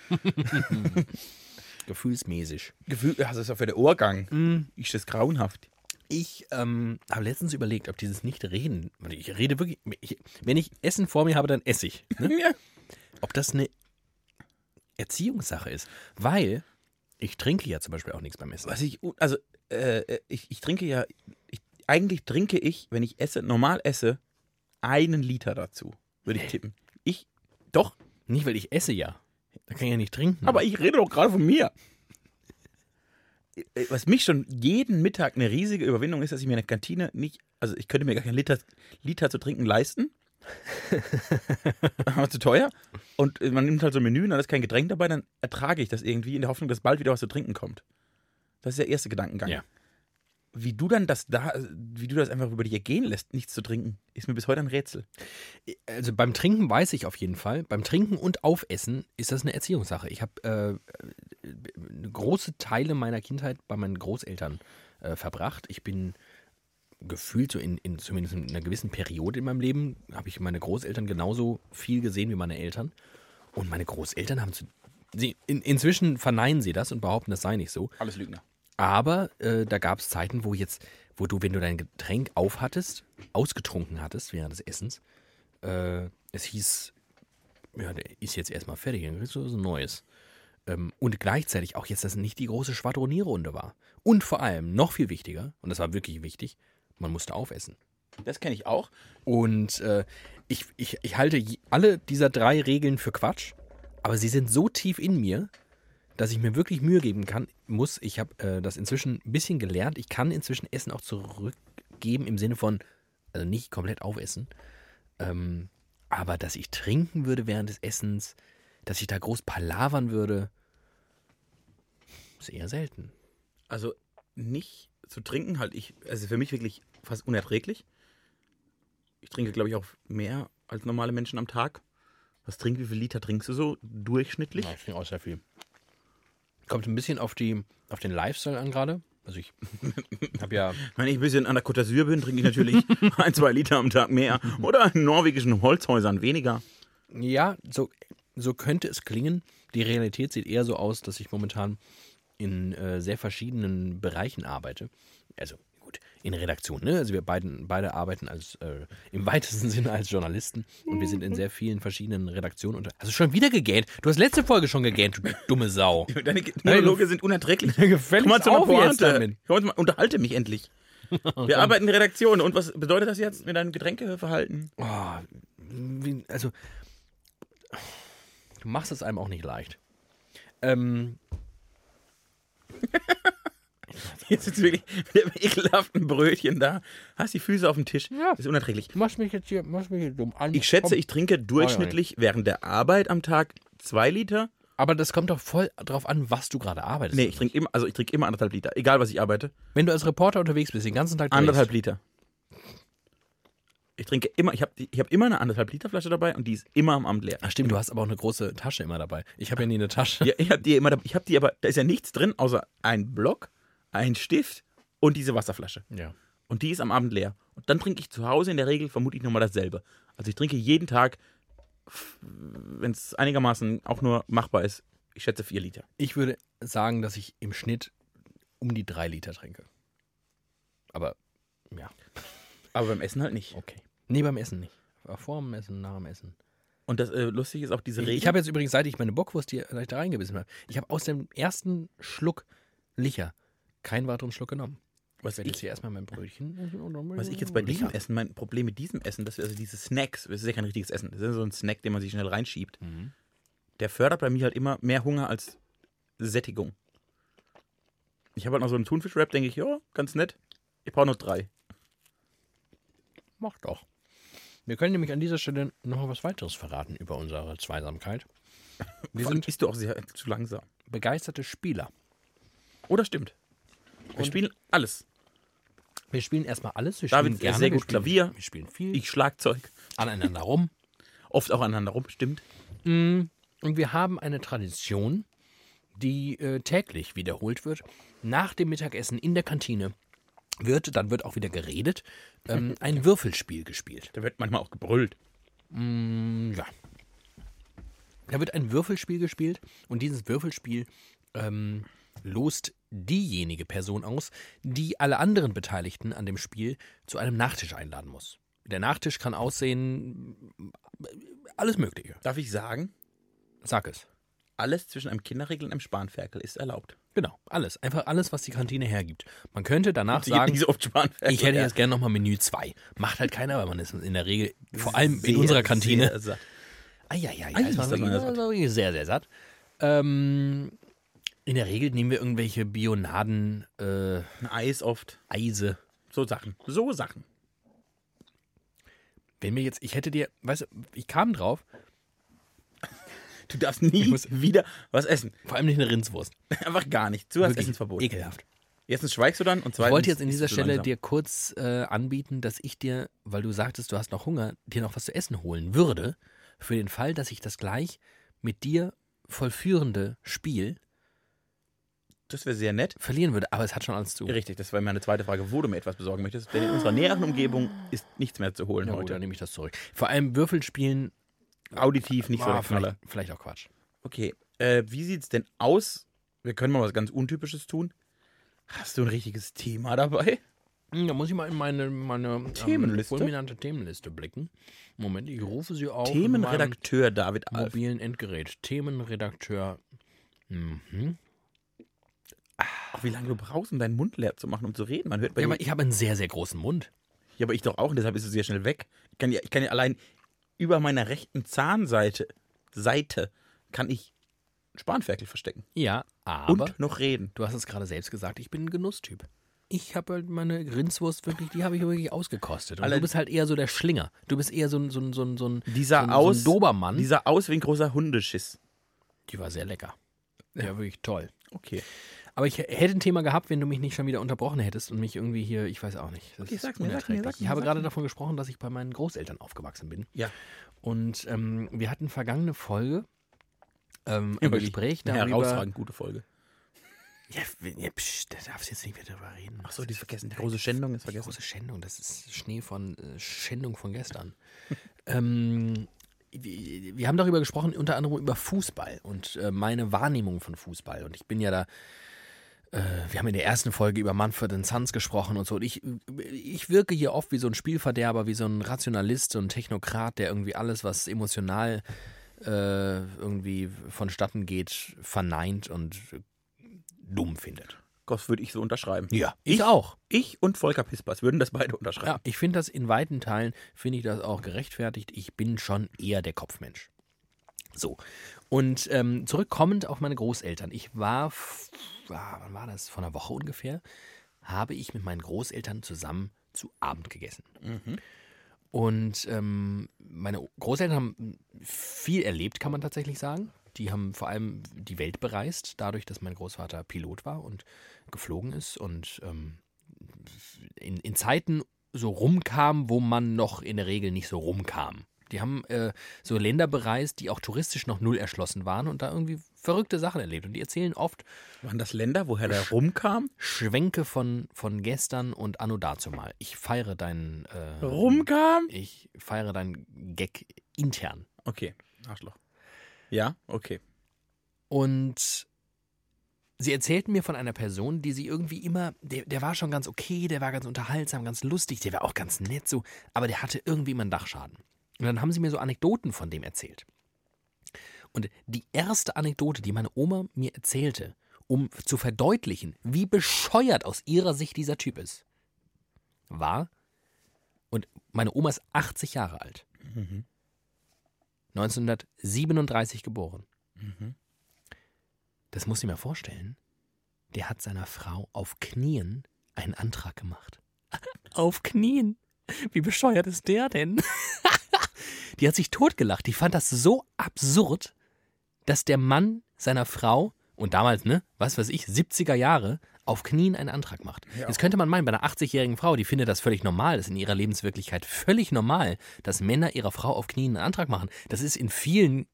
S1: Gefühlsmäßig.
S2: Gefühl, ja, das ist auch für der Ohrgang. Ist das grauenhaft.
S1: Ich ähm, habe letztens überlegt, ob dieses Nicht-Reden, und ich rede wirklich, ich, wenn ich Essen vor mir habe, dann esse ich, ne?
S2: Ja.
S1: ob das eine Erziehungssache ist. Weil Ich trinke ja zum Beispiel auch nichts beim Essen.
S2: Was ich, also äh, ich, ich trinke ja, ich, eigentlich trinke ich, wenn ich esse, normal esse, einen Liter dazu, würde ich tippen. Ich, doch,
S1: Nicht, weil ich esse ja. Da kann ich ja nicht trinken.
S2: aber ich rede doch gerade von mir. Äh, Was mich schon jeden Mittag eine riesige Überwindung ist, dass ich mir in der Kantine nicht, also ich könnte mir gar keinen Liter, Liter zu trinken <laughs> leisten. Aber zu teuer. Und äh, man nimmt halt so ein Menü und dann ist kein Getränk dabei, dann ertrage ich das irgendwie in der Hoffnung, dass bald wieder was zu trinken kommt. Das ist der erste Gedankengang.
S1: Ja.
S2: Wie du dann das da, also, wie du das einfach über dich ergehen lässt, nichts zu trinken, ist mir bis heute ein Rätsel.
S1: also beim Trinken weiß ich auf jeden Fall. Beim Trinken und Aufessen ist das eine Erziehungssache. Ich habe äh, äh, große Teile meiner Kindheit bei meinen Großeltern äh, verbracht. Ich bin gefühlt so in, in zumindest in einer gewissen Periode in meinem Leben habe ich meine Großeltern genauso viel gesehen wie meine Eltern. Und meine Großeltern haben zu, sie, in, inzwischen verneinen sie das und behaupten, das sei nicht so.
S2: Alles Lügner.
S1: Aber äh, da gab es Zeiten, wo jetzt, wo du, wenn du dein Getränk aufhattest, ausgetrunken hattest während des Essens, äh, es hieß, ja, der ist jetzt erstmal fertig, dann kriegst du was Neues. Ähm, und gleichzeitig auch jetzt, dass nicht die große Schwadronierrunde war. Und vor allem, noch viel wichtiger, und das war wirklich wichtig, man musste aufessen.
S2: Das kenne ich auch.
S1: Und äh, ich, ich, ich halte je- alle dieser drei Regeln für Quatsch, aber sie sind so tief in mir, dass ich mir wirklich Mühe geben kann, muss. Ich habe äh, das inzwischen ein bisschen gelernt. Ich kann inzwischen Essen auch zurückgeben im Sinne von, also nicht komplett aufessen, ähm, aber dass ich trinken würde während des Essens, dass ich da groß palavern würde, ist eher selten.
S2: Also nicht zu trinken halt ich, also für mich wirklich fast unerträglich. Ich trinke, glaube ich, auch mehr als normale Menschen am Tag. Was trink, wie viel Liter trinkst du so durchschnittlich?
S1: ich trinke auch sehr viel. Kommt ein bisschen auf, die, auf den Lifestyle an gerade. Also ich <laughs> habe ja
S2: Wenn ich ein bisschen an der Côte d'Azur bin, trinke ich <laughs> natürlich ein, zwei Liter am Tag mehr. Oder in norwegischen Holzhäusern weniger.
S1: Ja, so, so könnte es klingen. Die Realität sieht eher so aus, dass ich momentan in äh, sehr verschiedenen Bereichen arbeite. Also gut, in Redaktion. Ne? Also wir beiden, beide arbeiten als äh, im weitesten <laughs> Sinne als Journalisten und wir sind in sehr vielen verschiedenen Redaktionen. Unter hast du schon wieder gegähnt? Du hast letzte Folge schon gegähnt, du dumme Sau.
S2: <laughs> Deine Monologe sind unerträglich. <laughs>
S1: Gefälligst
S2: Komm mal zu einer
S1: auf jetzt
S2: Pointe.
S1: damit.
S2: Komm mal, unterhalte mich <laughs> endlich. Wir arbeiten in Redaktion. Und was bedeutet das jetzt mit deinem Getränkeverhalten?
S1: Oh, wie, also, du machst es einem auch nicht leicht. Ähm,
S2: Jetzt sitzt du wirklich <laughs> mit einem ekelhaften Brötchen da, hast die Füße auf dem Tisch.
S1: Ja.
S2: Das ist unerträglich.
S1: du machst mich jetzt hier, machst mich hier dumm an.
S2: Ich schätze, ich trinke durchschnittlich während der Arbeit am Tag zwei Liter.
S1: Aber das kommt doch voll drauf an, was du gerade arbeitest.
S2: Nee, ich trinke immer, also ich trinke immer anderthalb Liter, egal was ich arbeite.
S1: Wenn du als Reporter unterwegs bist, den ganzen Tag
S2: Anderthalb Liter. Ich trinke immer, ich habe ich hab immer eine anderthalb Liter Flasche dabei und die ist immer am Abend leer.
S1: Ach stimmt, du hast aber auch eine große Tasche immer dabei. Ich habe ja nie eine Tasche.
S2: Ja, ich habe die immer, dabei- ich habe die aber, da ist ja nichts drin, außer ein Block, ein Stift und diese Wasserflasche.
S1: Ja.
S2: Und die ist am Abend leer. Und dann trinke ich zu Hause in der Regel vermutlich nochmal dasselbe. Also ich trinke jeden Tag, wenn es einigermaßen auch nur machbar ist, ich schätze vier Liter.
S1: Ich würde sagen, dass ich im Schnitt um die drei Liter trinke. Aber ja,
S2: Aber beim Essen halt nicht.
S1: okay. Nee, beim Essen nicht. Vor dem Essen, nach dem Essen.
S2: Und das äh, lustig ist auch diese Regel.
S1: Ich habe jetzt übrigens, seit ich meine Bockwurst hier seit ich da reingebissen habe, ich habe aus dem ersten Schluck Licher keinen weiteren Schluck genommen.
S2: was,
S1: Ich werde
S2: ich,
S1: jetzt hier erstmal mein Brötchen.
S2: <laughs> was ich jetzt bei diesem Essen, mein Problem mit diesem Essen, dass wir also diese Snacks, das ist ja kein richtiges Essen, das ist ja so ein Snack, den man sich schnell reinschiebt,
S1: Mhm.
S2: der fördert bei mir halt immer mehr Hunger als Sättigung. Ich habe halt noch so einen Thunfisch-Wrap, denke ich, ja, ganz nett. Ich brauche noch drei.
S1: Macht doch. Wir können nämlich an dieser Stelle nochmal was weiteres verraten über unsere Zweisamkeit. Wir
S2: Vor allem
S1: sind
S2: isst du auch sehr zu langsam.
S1: begeisterte Spieler.
S2: Oder stimmt. Wir spielen alles.
S1: Wir spielen erstmal alles. Wir
S2: David
S1: spielen gerne.
S2: ist sehr
S1: wir
S2: gut
S1: spielen,
S2: Klavier.
S1: Wir spielen viel
S2: Ich Schlagzeug.
S1: aneinander rum.
S2: Oft auch aneinander rum, stimmt.
S1: Und wir haben eine Tradition, die äh, täglich wiederholt wird. Nach dem Mittagessen in der Kantine wird, dann wird auch wieder geredet, ähm, ein Würfelspiel gespielt.
S2: Da wird manchmal auch gebrüllt.
S1: Ja. Da wird ein Würfelspiel gespielt und dieses Würfelspiel ähm, lost diejenige Person aus, die alle anderen Beteiligten an dem Spiel zu einem Nachtisch einladen muss. Der Nachtisch kann aussehen, äh, alles Mögliche.
S2: Darf ich sagen,
S1: Sag es.
S2: alles zwischen einem Kinderriegel und einem Spanferkel ist erlaubt.
S1: Genau, alles. Einfach alles, was die Kantine hergibt. Man könnte danach
S2: Sie geht
S1: sagen,
S2: nicht so oft sparen.
S1: ich hätte jetzt gerne nochmal Menü 2. Macht halt keiner, weil man ist in der Regel, vor allem in
S2: Sehr,
S1: unserer Kantine, Ah,
S2: sehr satt.
S1: Eieiei,
S2: Ei,
S1: das war
S2: ist das
S1: wirklich-
S2: mal
S1: das war wirklich sehr, sehr satt. Ähm, in der Regel nehmen wir irgendwelche Bionaden, äh,
S2: Ein Eis oft.
S1: Eise.
S2: So Sachen. So Sachen.
S1: Wenn mir jetzt, ich hätte dir, weißt du, ich kam drauf,
S2: Du darfst nie
S1: muss-
S2: wieder was essen. <laughs>
S1: vor allem nicht eine Rindswurst.
S2: Einfach gar nicht. Du hast
S1: Wirklich
S2: Essensverbot.
S1: Ekelhaft.
S2: Erstens schweigst du dann und zweitens.
S1: Ich wollte jetzt in
S2: isst
S1: dieser
S2: du
S1: Stelle
S2: langsam.
S1: dir kurz äh, anbieten, dass ich dir, weil du sagtest, du hast noch Hunger, dir noch was zu essen holen würde, für den Fall, dass ich das gleich mit dir vollführende Spiel
S2: Das wäre sehr nett.
S1: verlieren würde. Aber es hat schon alles zu.
S2: Richtig, das war meine zweite Frage, wo du mir etwas besorgen möchtest. Denn in unserer näheren Umgebung ist nichts mehr zu holen
S1: Na gut, dann
S2: heute.
S1: nehme ich das zurück. Vor allem Würfelspielen,
S2: Auditiv nicht so
S1: ah,
S2: der Knaller.
S1: vielleicht, vielleicht auch Quatsch.
S2: Okay, äh, wie sieht's denn aus? Wir können mal was ganz Untypisches tun. Hast du ein richtiges Thema dabei?
S1: Hm, Da muss ich mal in meine, meine
S2: Themenliste?
S1: Ähm, fulminante Themenliste blicken. Moment, ich rufe sie auf. in meinem
S2: Themenredakteur David Alf.
S1: Mobilen Endgerät. Themenredakteur. Mhm.
S2: Ach, wie lange du brauchst, um deinen Mund leer zu machen, um zu reden. Man hört bei
S1: Ja,
S2: dir.
S1: aber ich habe einen sehr, sehr großen Mund.
S2: ja, aber ich doch auch und deshalb ist es sehr schnell weg. Ich kann ja, ich kann ja allein über meiner rechten Zahnseite Seite kann ich Spanferkel verstecken
S1: Ja, aber
S2: und noch reden.
S1: du hast es gerade selbst gesagt, ich bin ein Genusstyp. Ich habe halt meine Rindswurst wirklich, die habe ich wirklich ausgekostet. Und
S2: Alle-
S1: du bist halt eher so der Schlinger. Du bist eher so ein, so ein, so ein, so ein,
S2: Dieser
S1: so ein,
S2: aus,
S1: so ein Dobermann.
S2: dieser aus wie ein großer Hundeschiss.
S1: die war sehr lecker. Ja, wirklich toll.
S2: Okay.
S1: Aber ich hätte ein Thema gehabt, wenn du mich nicht schon wieder unterbrochen hättest und mich irgendwie hier, ich weiß auch nicht. Das
S2: Okay,
S1: ist
S2: sag mir, sag mir,
S1: unerträglich.
S2: sag mir,
S1: ich habe
S2: sag
S1: gerade
S2: mir.
S1: davon gesprochen, dass ich bei meinen Großeltern aufgewachsen bin.
S2: Ja.
S1: Und ähm, wir hatten vergangene Folge ähm, ein
S2: Wirklich
S1: Gespräch
S2: eine
S1: darüber.
S2: herausragend gute Folge.
S1: Ja, wenn- ja, psch, da darfst du jetzt nicht mehr drüber reden.
S2: Ach so, die ist vergessen. Die große Schändung ist
S1: Die
S2: vergessen.
S1: große Schändung, das ist Schnee von äh, Schändung von gestern. <laughs> ähm, wir wir haben darüber gesprochen, unter anderem über Fußball und äh, meine Wahrnehmung von Fußball. Und ich bin ja da. äh, Wir haben in der ersten Folge über Manfred and Sons gesprochen und so. Und ich, ich wirke hier oft wie so ein Spielverderber, wie so ein Rationalist, so ein Technokrat, der irgendwie alles, was emotional äh, irgendwie vonstatten geht, verneint und dumm findet.
S2: Das würde ich so unterschreiben.
S1: Ja, ich auch.
S2: Ich und Volker Pispers würden das beide
S1: Ja,
S2: unterschreiben.
S1: ich finde das in weiten Teilen, finde ich das auch gerechtfertigt. Ich bin schon eher der Kopfmensch. So. Und ähm, zurückkommend auf meine Großeltern. Ich war, f- ah, wann war das? Vor einer Woche ungefähr, habe ich mit meinen Großeltern zusammen zu Abend gegessen. Und ähm, meine Großeltern haben viel erlebt, kann man tatsächlich sagen. Die haben vor allem die Welt bereist, dadurch, dass mein Großvater Pilot war und geflogen ist und ähm, in, in Zeiten so rumkam, wo man noch in der Regel nicht so rumkam. Die haben äh, so Länder bereist, die auch touristisch noch null erschlossen waren und da irgendwie verrückte Sachen erlebt. Und die erzählen oft
S2: Waren das Länder, woher der rumkam?
S1: Schwänke von, von gestern und Anno dazumal. Ich feiere deinen. Äh,
S2: Rumkam?
S1: Ich feiere deinen Gag intern.
S2: Okay, Arschloch. Ja, okay.
S1: Und sie erzählten mir von einer Person, die sie irgendwie immer, der, der war schon ganz okay, der war ganz unterhaltsam, ganz lustig, der war auch ganz nett so, aber der hatte irgendwie immer einen Dachschaden. Und dann haben sie mir so Anekdoten von dem erzählt. Und die erste Anekdote, die meine Oma mir erzählte, um zu verdeutlichen, wie bescheuert aus ihrer Sicht dieser Typ ist, war, und meine Oma ist 80 Jahre alt, 1937 geboren. Das muss ich mir vorstellen. Der hat seiner Frau auf Knien einen Antrag gemacht. auf Knien? Wie bescheuert ist der denn? die hat sich totgelacht. Die fand das so absurd, dass der Mann seiner Frau und damals, ne, was weiß ich, 70er Jahre auf Knien einen Antrag macht.
S2: Ja.
S1: Jetzt könnte man meinen, bei einer 80-jährigen Frau, die findet das völlig normal, das ist in ihrer Lebenswirklichkeit völlig normal, dass Männer ihrer Frau auf Knien einen Antrag machen. Das ist in vielen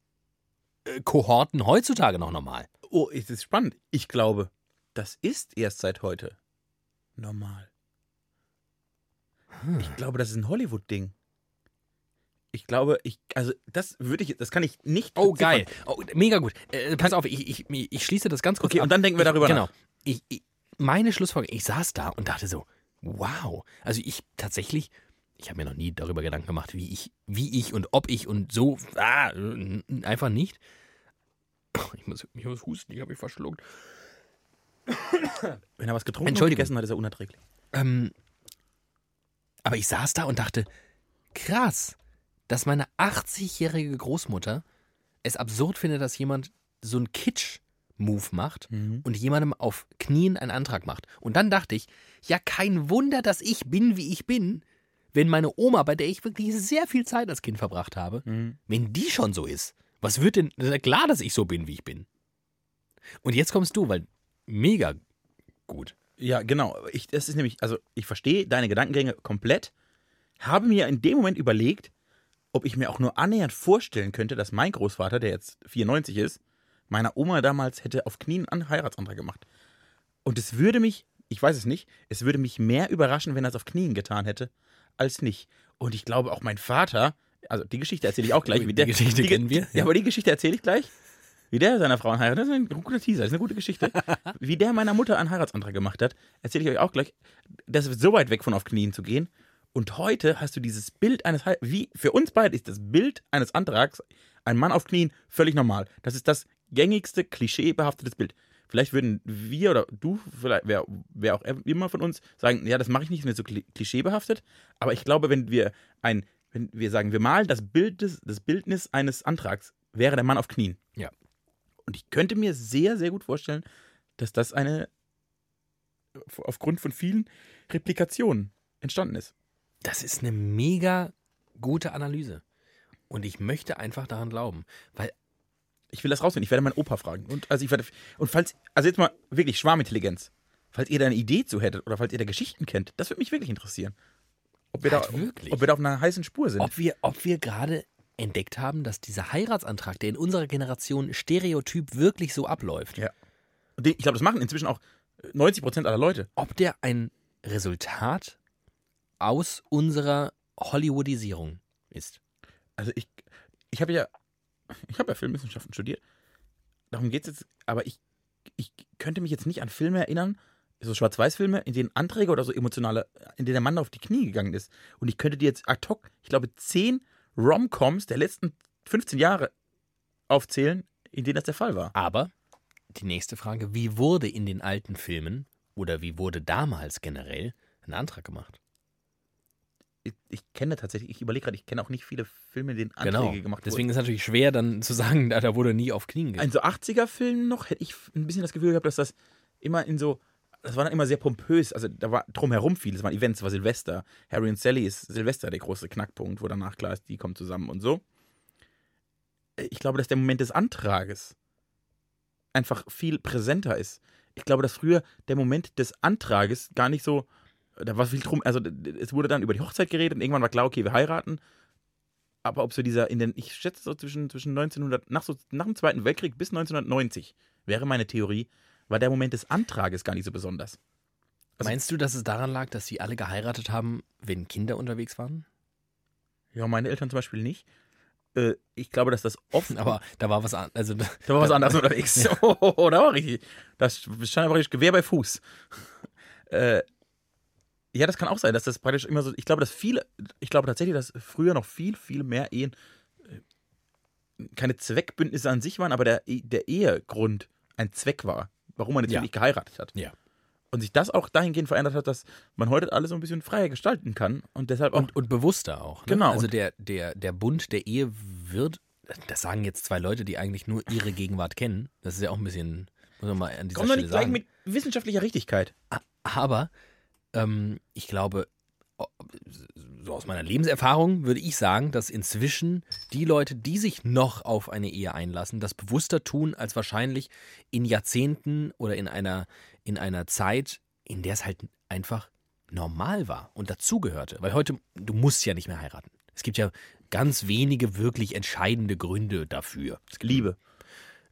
S1: äh, Kohorten heutzutage noch normal.
S2: Oh, es ist spannend. Ich glaube, das ist erst seit heute normal.
S1: Hm.
S2: Ich glaube, das ist ein Hollywood-Ding. Ich glaube, ich, also das würde ich, das kann ich nicht.
S1: Oh, geil.
S2: beziffern.
S1: Oh, mega gut. Äh, pass auf, ich, ich, ich- ich schließe das ganz kurz
S2: Okay,
S1: ab.
S2: und dann denken wir darüber
S1: ich, genau.
S2: nach.
S1: Ich, ich, meine Schlussfolgerung, ich saß da und dachte so, wow. Also ich tatsächlich, ich habe mir noch nie darüber Gedanken gemacht, wie ich, wie ich und ob ich und so, ah, <coughs> n- n- einfach nicht. Ich muss, ich muss husten, ich habe mich verschluckt.
S2: Wenn er was getrunken und
S1: Entschuldigung.
S2: gegessen hat, ist er unerträglich.
S1: Ähm, aber ich saß da und dachte, krass, dass meine 80-jährige Großmutter es absurd findet, dass jemand so einen Kitsch-Move macht und jemandem auf Knien einen Antrag macht. Und dann dachte ich, ja, kein Wunder, dass ich bin, wie ich bin, wenn meine Oma, bei der ich wirklich sehr viel Zeit als Kind verbracht habe, wenn die schon so ist. Was wird denn, na klar, dass ich so bin, wie ich bin. Und jetzt kommst du, weil mega gut.
S2: Ja, genau. Ich, das ist nämlich, also ich verstehe deine Gedankengänge komplett, habe mir in dem Moment überlegt, ob ich mir auch nur annähernd vorstellen könnte, dass mein Großvater, der jetzt 94 ist, meiner Oma damals hätte auf Knien einen Heiratsantrag gemacht. Und es würde mich, ich weiß es nicht, es würde mich mehr überraschen, wenn er es auf Knien getan hätte, als nicht. Und ich glaube auch mein Vater, also die Geschichte erzähle ich auch
S1: <laughs>
S2: gleich.
S1: Die
S2: wie der-
S1: Geschichte
S2: Ge-
S1: kennen wir,
S2: Ja,
S1: ja.
S2: aber die Geschichte erzähle ich gleich. Wie der seiner Frau einen Heirat, das ist ein guter Teaser, das ist eine gute Geschichte. <laughs> Wie der meiner Mutter einen Heiratsantrag gemacht hat, erzähle ich euch auch gleich. Das ist so weit weg von auf Knien zu gehen. Und heute hast du dieses Bild eines, Hei- wie für uns beide ist das Bild eines Antrags, ein Mann auf Knien, völlig normal. Das ist das gängigste, klischeebehaftetes Bild. Vielleicht würden wir oder du, vielleicht wer, wer auch immer von uns, sagen, ja, das mache ich nicht, ist mir so kli- klischeebehaftet. Aber ich glaube, wenn wir ein, wenn wir sagen, wir malen das Bild des, das Bildnis eines Antrags, wäre der Mann auf Knien.
S1: Ja.
S2: Und ich könnte mir sehr, sehr gut vorstellen, dass das eine aufgrund von vielen Replikationen entstanden ist.
S1: Das ist eine mega gute Analyse. Und ich möchte einfach daran glauben. Weil,
S2: Ich will das rausfinden. Ich werde meinen Opa fragen. Und, also ich werde, und falls, also jetzt mal wirklich Schwarmintelligenz. Falls ihr da eine Idee zu hättet oder falls ihr da Geschichten kennt, das würde mich wirklich interessieren. Ob wir, da,
S1: Halt wirklich?
S2: ob wir da auf einer heißen Spur sind.
S1: ob wir, ob wir gerade entdeckt haben, dass dieser Heiratsantrag, der in unserer Generation Stereotyp wirklich so abläuft,
S2: Ja. Und den- Ich glaube, das machen inzwischen auch 90% aller Leute.
S1: ob der ein Resultat aus unserer Hollywoodisierung ist.
S2: Also ich, ich habe ja, ich habe ja Filmwissenschaften studiert. Darum geht es jetzt, aber ich, ich könnte mich jetzt nicht an Filme erinnern, so Schwarz-Weiß-Filme, in denen Anträge oder so emotionale, in denen der Mann auf die Knie gegangen ist. Und ich könnte dir jetzt ad hoc, ich glaube, zehn Rom-Coms der letzten 15 Jahre aufzählen, in denen das der Fall war.
S1: Aber die nächste Frage, wie wurde in den alten Filmen oder wie wurde damals generell ein Antrag gemacht?
S2: Ich, ich kenne tatsächlich, ich überlege gerade, ich kenne auch nicht viele Filme, in denen Anträge gemacht
S1: Genau.
S2: wurden.
S1: Deswegen ist es natürlich schwer dann zu sagen, da, da wurde nie auf Knien gegangen.
S2: Ein so 80er-Film noch, hätte ich ein bisschen das Gefühl gehabt, dass das immer in so. Das war dann immer sehr pompös. Also da war drumherum viel. Das waren Events, war Silvester. Harry und Sally ist Silvester der große Knackpunkt, wo danach klar ist, die kommen zusammen und so. Äh, Ich glaube, dass der Moment des Antrages einfach viel präsenter ist. Ich glaube, dass früher der Moment des Antrages gar nicht so. Da war viel drum. Also es wurde dann über die Hochzeit geredet und irgendwann war klar, okay, wir heiraten aber ob so dieser in den ich schätze so zwischen zwischen 1900 nach so nach dem Zweiten Weltkrieg bis 1990 wäre meine Theorie, war der Moment des Antrages gar nicht so besonders. also-
S1: Meinst du, dass es daran lag, dass sie alle geheiratet haben, wenn Kinder unterwegs waren? <laughs>
S2: Ja, meine Eltern zum Beispiel nicht. Äh, ich glaube, dass das offen,
S1: <laughs> Aber da war was an, also
S2: da war was anderes unterwegs. <laughs> Oh, oh, oh, da war richtig. Das stand aber richtig Gewehr bei Fuß. <laughs> Äh, ja, das kann auch sein, dass das praktisch immer so. Ich glaube, dass viele, ich glaube tatsächlich, dass früher noch viel, viel mehr Ehen äh, keine Zweckbündnisse an sich waren, aber der, E- der Ehegrund ein Zweck war, warum man jetzt
S1: Ja.
S2: wirklich geheiratet hat.
S1: Ja.
S2: Und sich das auch dahingehend verändert hat, dass man heute alles so ein bisschen freier gestalten kann und deshalb auch.
S1: und, und bewusster auch. Ne?
S2: Genau.
S1: Also der, der, der Bund der Ehe wird, das sagen jetzt zwei Leute, die eigentlich nur ihre Gegenwart kennen. Das ist ja auch ein bisschen, muss man mal an dieser
S2: komm doch
S1: Stelle
S2: nicht gleich
S1: sagen.
S2: mit wissenschaftlicher Richtigkeit.
S1: Aber ähm, ich glaube, o- so aus meiner Lebenserfahrung würde ich sagen, dass inzwischen die Leute, die sich noch auf eine Ehe einlassen, das bewusster tun als wahrscheinlich in Jahrzehnten oder in einer, in einer Zeit, in der es halt einfach normal war und dazugehörte. Weil heute, du musst ja nicht mehr heiraten. Es gibt ja ganz wenige wirklich entscheidende Gründe dafür.
S2: Liebe,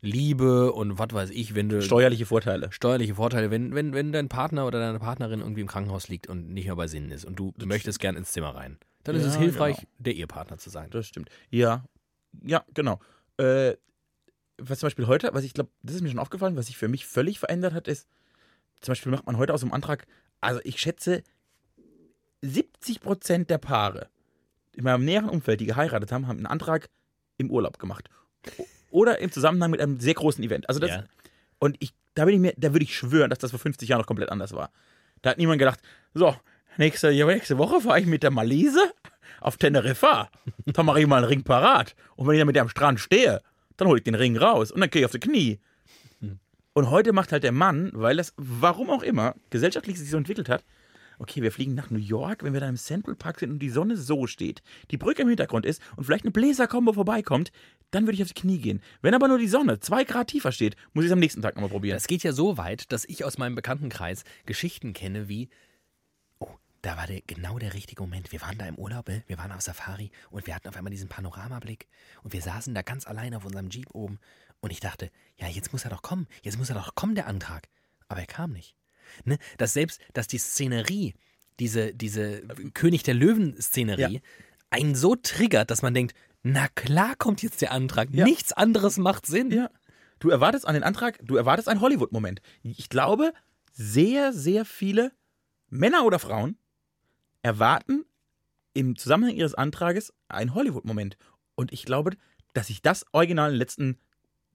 S1: Liebe und was weiß ich, wenn du
S2: steuerliche Vorteile.
S1: steuerliche Vorteile, wenn, wenn, wenn dein Partner oder deine Partnerin irgendwie im Krankenhaus liegt und nicht mehr bei Sinnen ist und du möchtest gern ins Zimmer rein, dann ist
S2: Ja, genau.
S1: es hilfreich, der Ehepartner zu sein.
S2: Das stimmt. Ja, ja, genau. Äh, was zum Beispiel heute, was ich glaube, das ist mir schon aufgefallen, was sich für mich völlig verändert hat, ist, zum Beispiel macht man heute aus dem Antrag, also ich schätze, 70% der Paare in meinem näheren Umfeld, die geheiratet haben, haben einen Antrag im Urlaub gemacht. O- Oder im Zusammenhang mit einem sehr großen Event. Also das,
S1: Ja.
S2: Und ich Da bin ich mir, da würde ich schwören, dass das vor 50 Jahren noch komplett anders war. Da hat niemand gedacht, so, nächste, ja, nächste Woche fahre ich mit der Malese auf Teneriffa. Da mache ich mal einen Ring parat. Und wenn ich dann mit der am Strand stehe, dann hole ich den Ring raus und dann gehe ich auf die Knie. Und heute macht halt der Mann, weil das, warum auch immer, gesellschaftlich sich so entwickelt hat, okay, wir fliegen nach New York, wenn wir da im Central Park sind und die Sonne so steht, die Brücke im Hintergrund ist und vielleicht eine Bläserkombo vorbeikommt, dann würde ich auf die Knie gehen. Wenn aber nur die Sonne zwei Grad tiefer steht, muss ich es am nächsten Tag nochmal probieren.
S1: Es geht ja so weit, dass ich aus meinem Bekanntenkreis Geschichten kenne wie, oh, da war der, genau der richtige Moment. Wir waren da im Urlaub, äh, wir waren auf Safari und wir hatten auf einmal diesen Panoramablick und wir saßen da ganz allein auf unserem Jeep oben und ich dachte, ja, jetzt muss er doch kommen, jetzt muss er doch kommen, der Antrag. Aber er kam nicht. Ne? Dass selbst, dass die Szenerie, diese, diese König der Löwen-Szenerie,
S2: Ja.
S1: einen so triggert, dass man denkt, na klar kommt jetzt der Antrag,
S2: Ja.
S1: nichts anderes macht Sinn.
S2: Ja. Du erwartest an den Antrag, du erwartest einen Hollywood-Moment. Ich glaube, sehr, sehr viele Männer oder Frauen erwarten im Zusammenhang ihres Antrages einen Hollywood-Moment. Und ich glaube, dass sich das Original in den letzten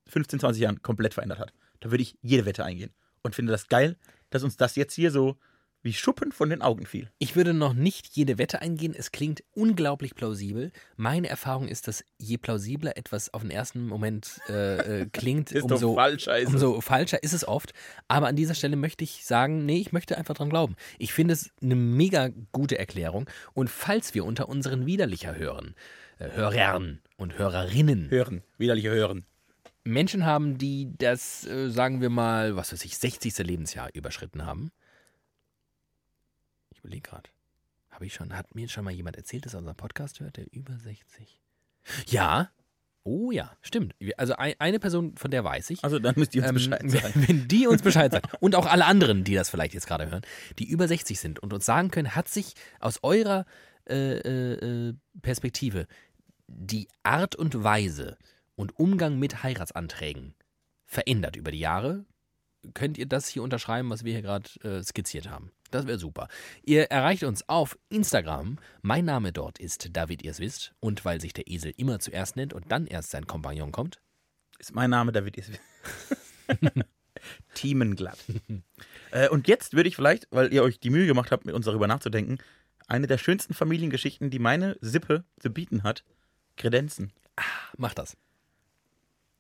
S2: 15, 20 Jahren komplett verändert hat. Da würde ich jede Wette eingehen. Und finde das geil, dass uns das jetzt hier so wie Schuppen von den Augen fiel.
S1: Ich würde noch nicht jede Wette eingehen. Es klingt unglaublich plausibel. Meine Erfahrung ist, dass je plausibler etwas auf den ersten Moment äh,
S2: <laughs>
S1: äh, klingt,
S2: Ist doch
S1: umso,
S2: falsch, scheiße.
S1: umso falscher ist es oft. Aber an dieser Stelle möchte ich sagen, nee, ich möchte einfach dran glauben. Ich finde es eine mega gute Erklärung. Und falls wir unter unseren widerlicher hören, äh, Hörern und Hörerinnen
S2: Hören, widerliche Hören.
S1: Menschen haben, die das, äh, sagen wir mal, was weiß ich, 60. Lebensjahr überschritten haben. Ich überlege gerade. Habe ich schon, hat mir schon mal jemand erzählt, dass er unseren Podcast hört, der über 60? Ja. Oh ja, stimmt. Wir- Also ei- eine Person, von der weiß ich.
S2: Also dann müsst ihr uns
S1: Ähm, <laughs>
S2: Bescheid sagen.
S1: Wenn die uns Bescheid sagen und auch alle anderen, die das vielleicht jetzt gerade hören, die über 60 sind und uns sagen können, hat sich aus eurer äh, äh, äh, Perspektive die Art und Weise und Umgang mit Heiratsanträgen verändert über die Jahre, könnt ihr das hier unterschreiben, was wir hier gerade äh, skizziert haben. Das wäre super. Ihr erreicht uns auf Instagram. Mein Name dort ist David, ihr es wisst. Und weil sich der Esel immer zuerst nennt und dann erst sein Kompagnon kommt,
S2: ist <laughs> mein Name David Iswi. Thiemenglatt. äh, und jetzt würde ich vielleicht, weil ihr euch die Mühe gemacht habt, mit uns darüber nachzudenken, eine der schönsten Familiengeschichten, die meine Sippe zu bieten hat, kredenzen.
S1: macht das.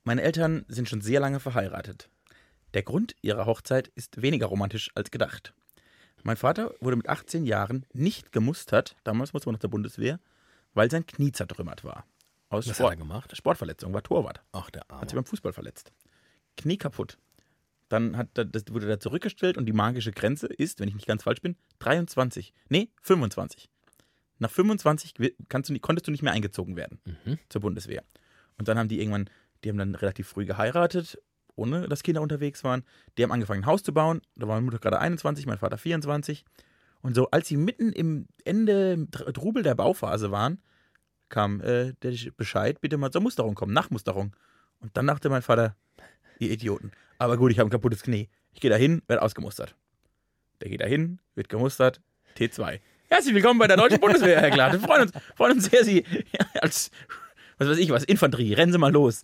S2: Meine Eltern sind schon sehr lange verheiratet. Der Grund ihrer Hochzeit ist weniger romantisch als gedacht. Mein Vater wurde mit 18 Jahren nicht gemustert, damals musste man noch zur Bundeswehr, weil sein Knie zertrümmert war. Aus
S1: Was hat
S2: Sport,
S1: er gemacht?
S2: Sportverletzung, war Torwart.
S1: Ach, der
S2: Hat sich
S1: Arme.
S2: beim Fußball verletzt. Knie kaputt. Dann hat, er- das wurde er zurückgestellt und die magische Grenze ist, wenn ich nicht ganz falsch bin, 23. Nee, 25. Nach 25 gewi- kannst du, nie- konntest du nicht mehr eingezogen werden
S1: Mhm.
S2: zur Bundeswehr. Und dann haben die irgendwann, die haben dann relativ früh geheiratet, ohne dass Kinder unterwegs waren. Die haben angefangen, ein Haus zu bauen. Da war meine Mutter gerade 21, mein Vater 24. Und so, als sie mitten im Ende, im Dr- Trubel der Bauphase waren, kam äh, der Bescheid, bitte mal zur Musterung kommen, Nachmusterung. Und dann dachte mein Vater, ihr Idioten, aber gut, ich habe ein kaputtes Knie. Ich gehe da hin, werde ausgemustert. Der geht da hin, wird gemustert, T2. Herzlich willkommen bei der Deutschen Bundeswehr, Herr Glatt. Wir freuen uns, freuen uns sehr, Sie <laughs> als, was weiß ich was, Infanterie, rennen Sie mal los.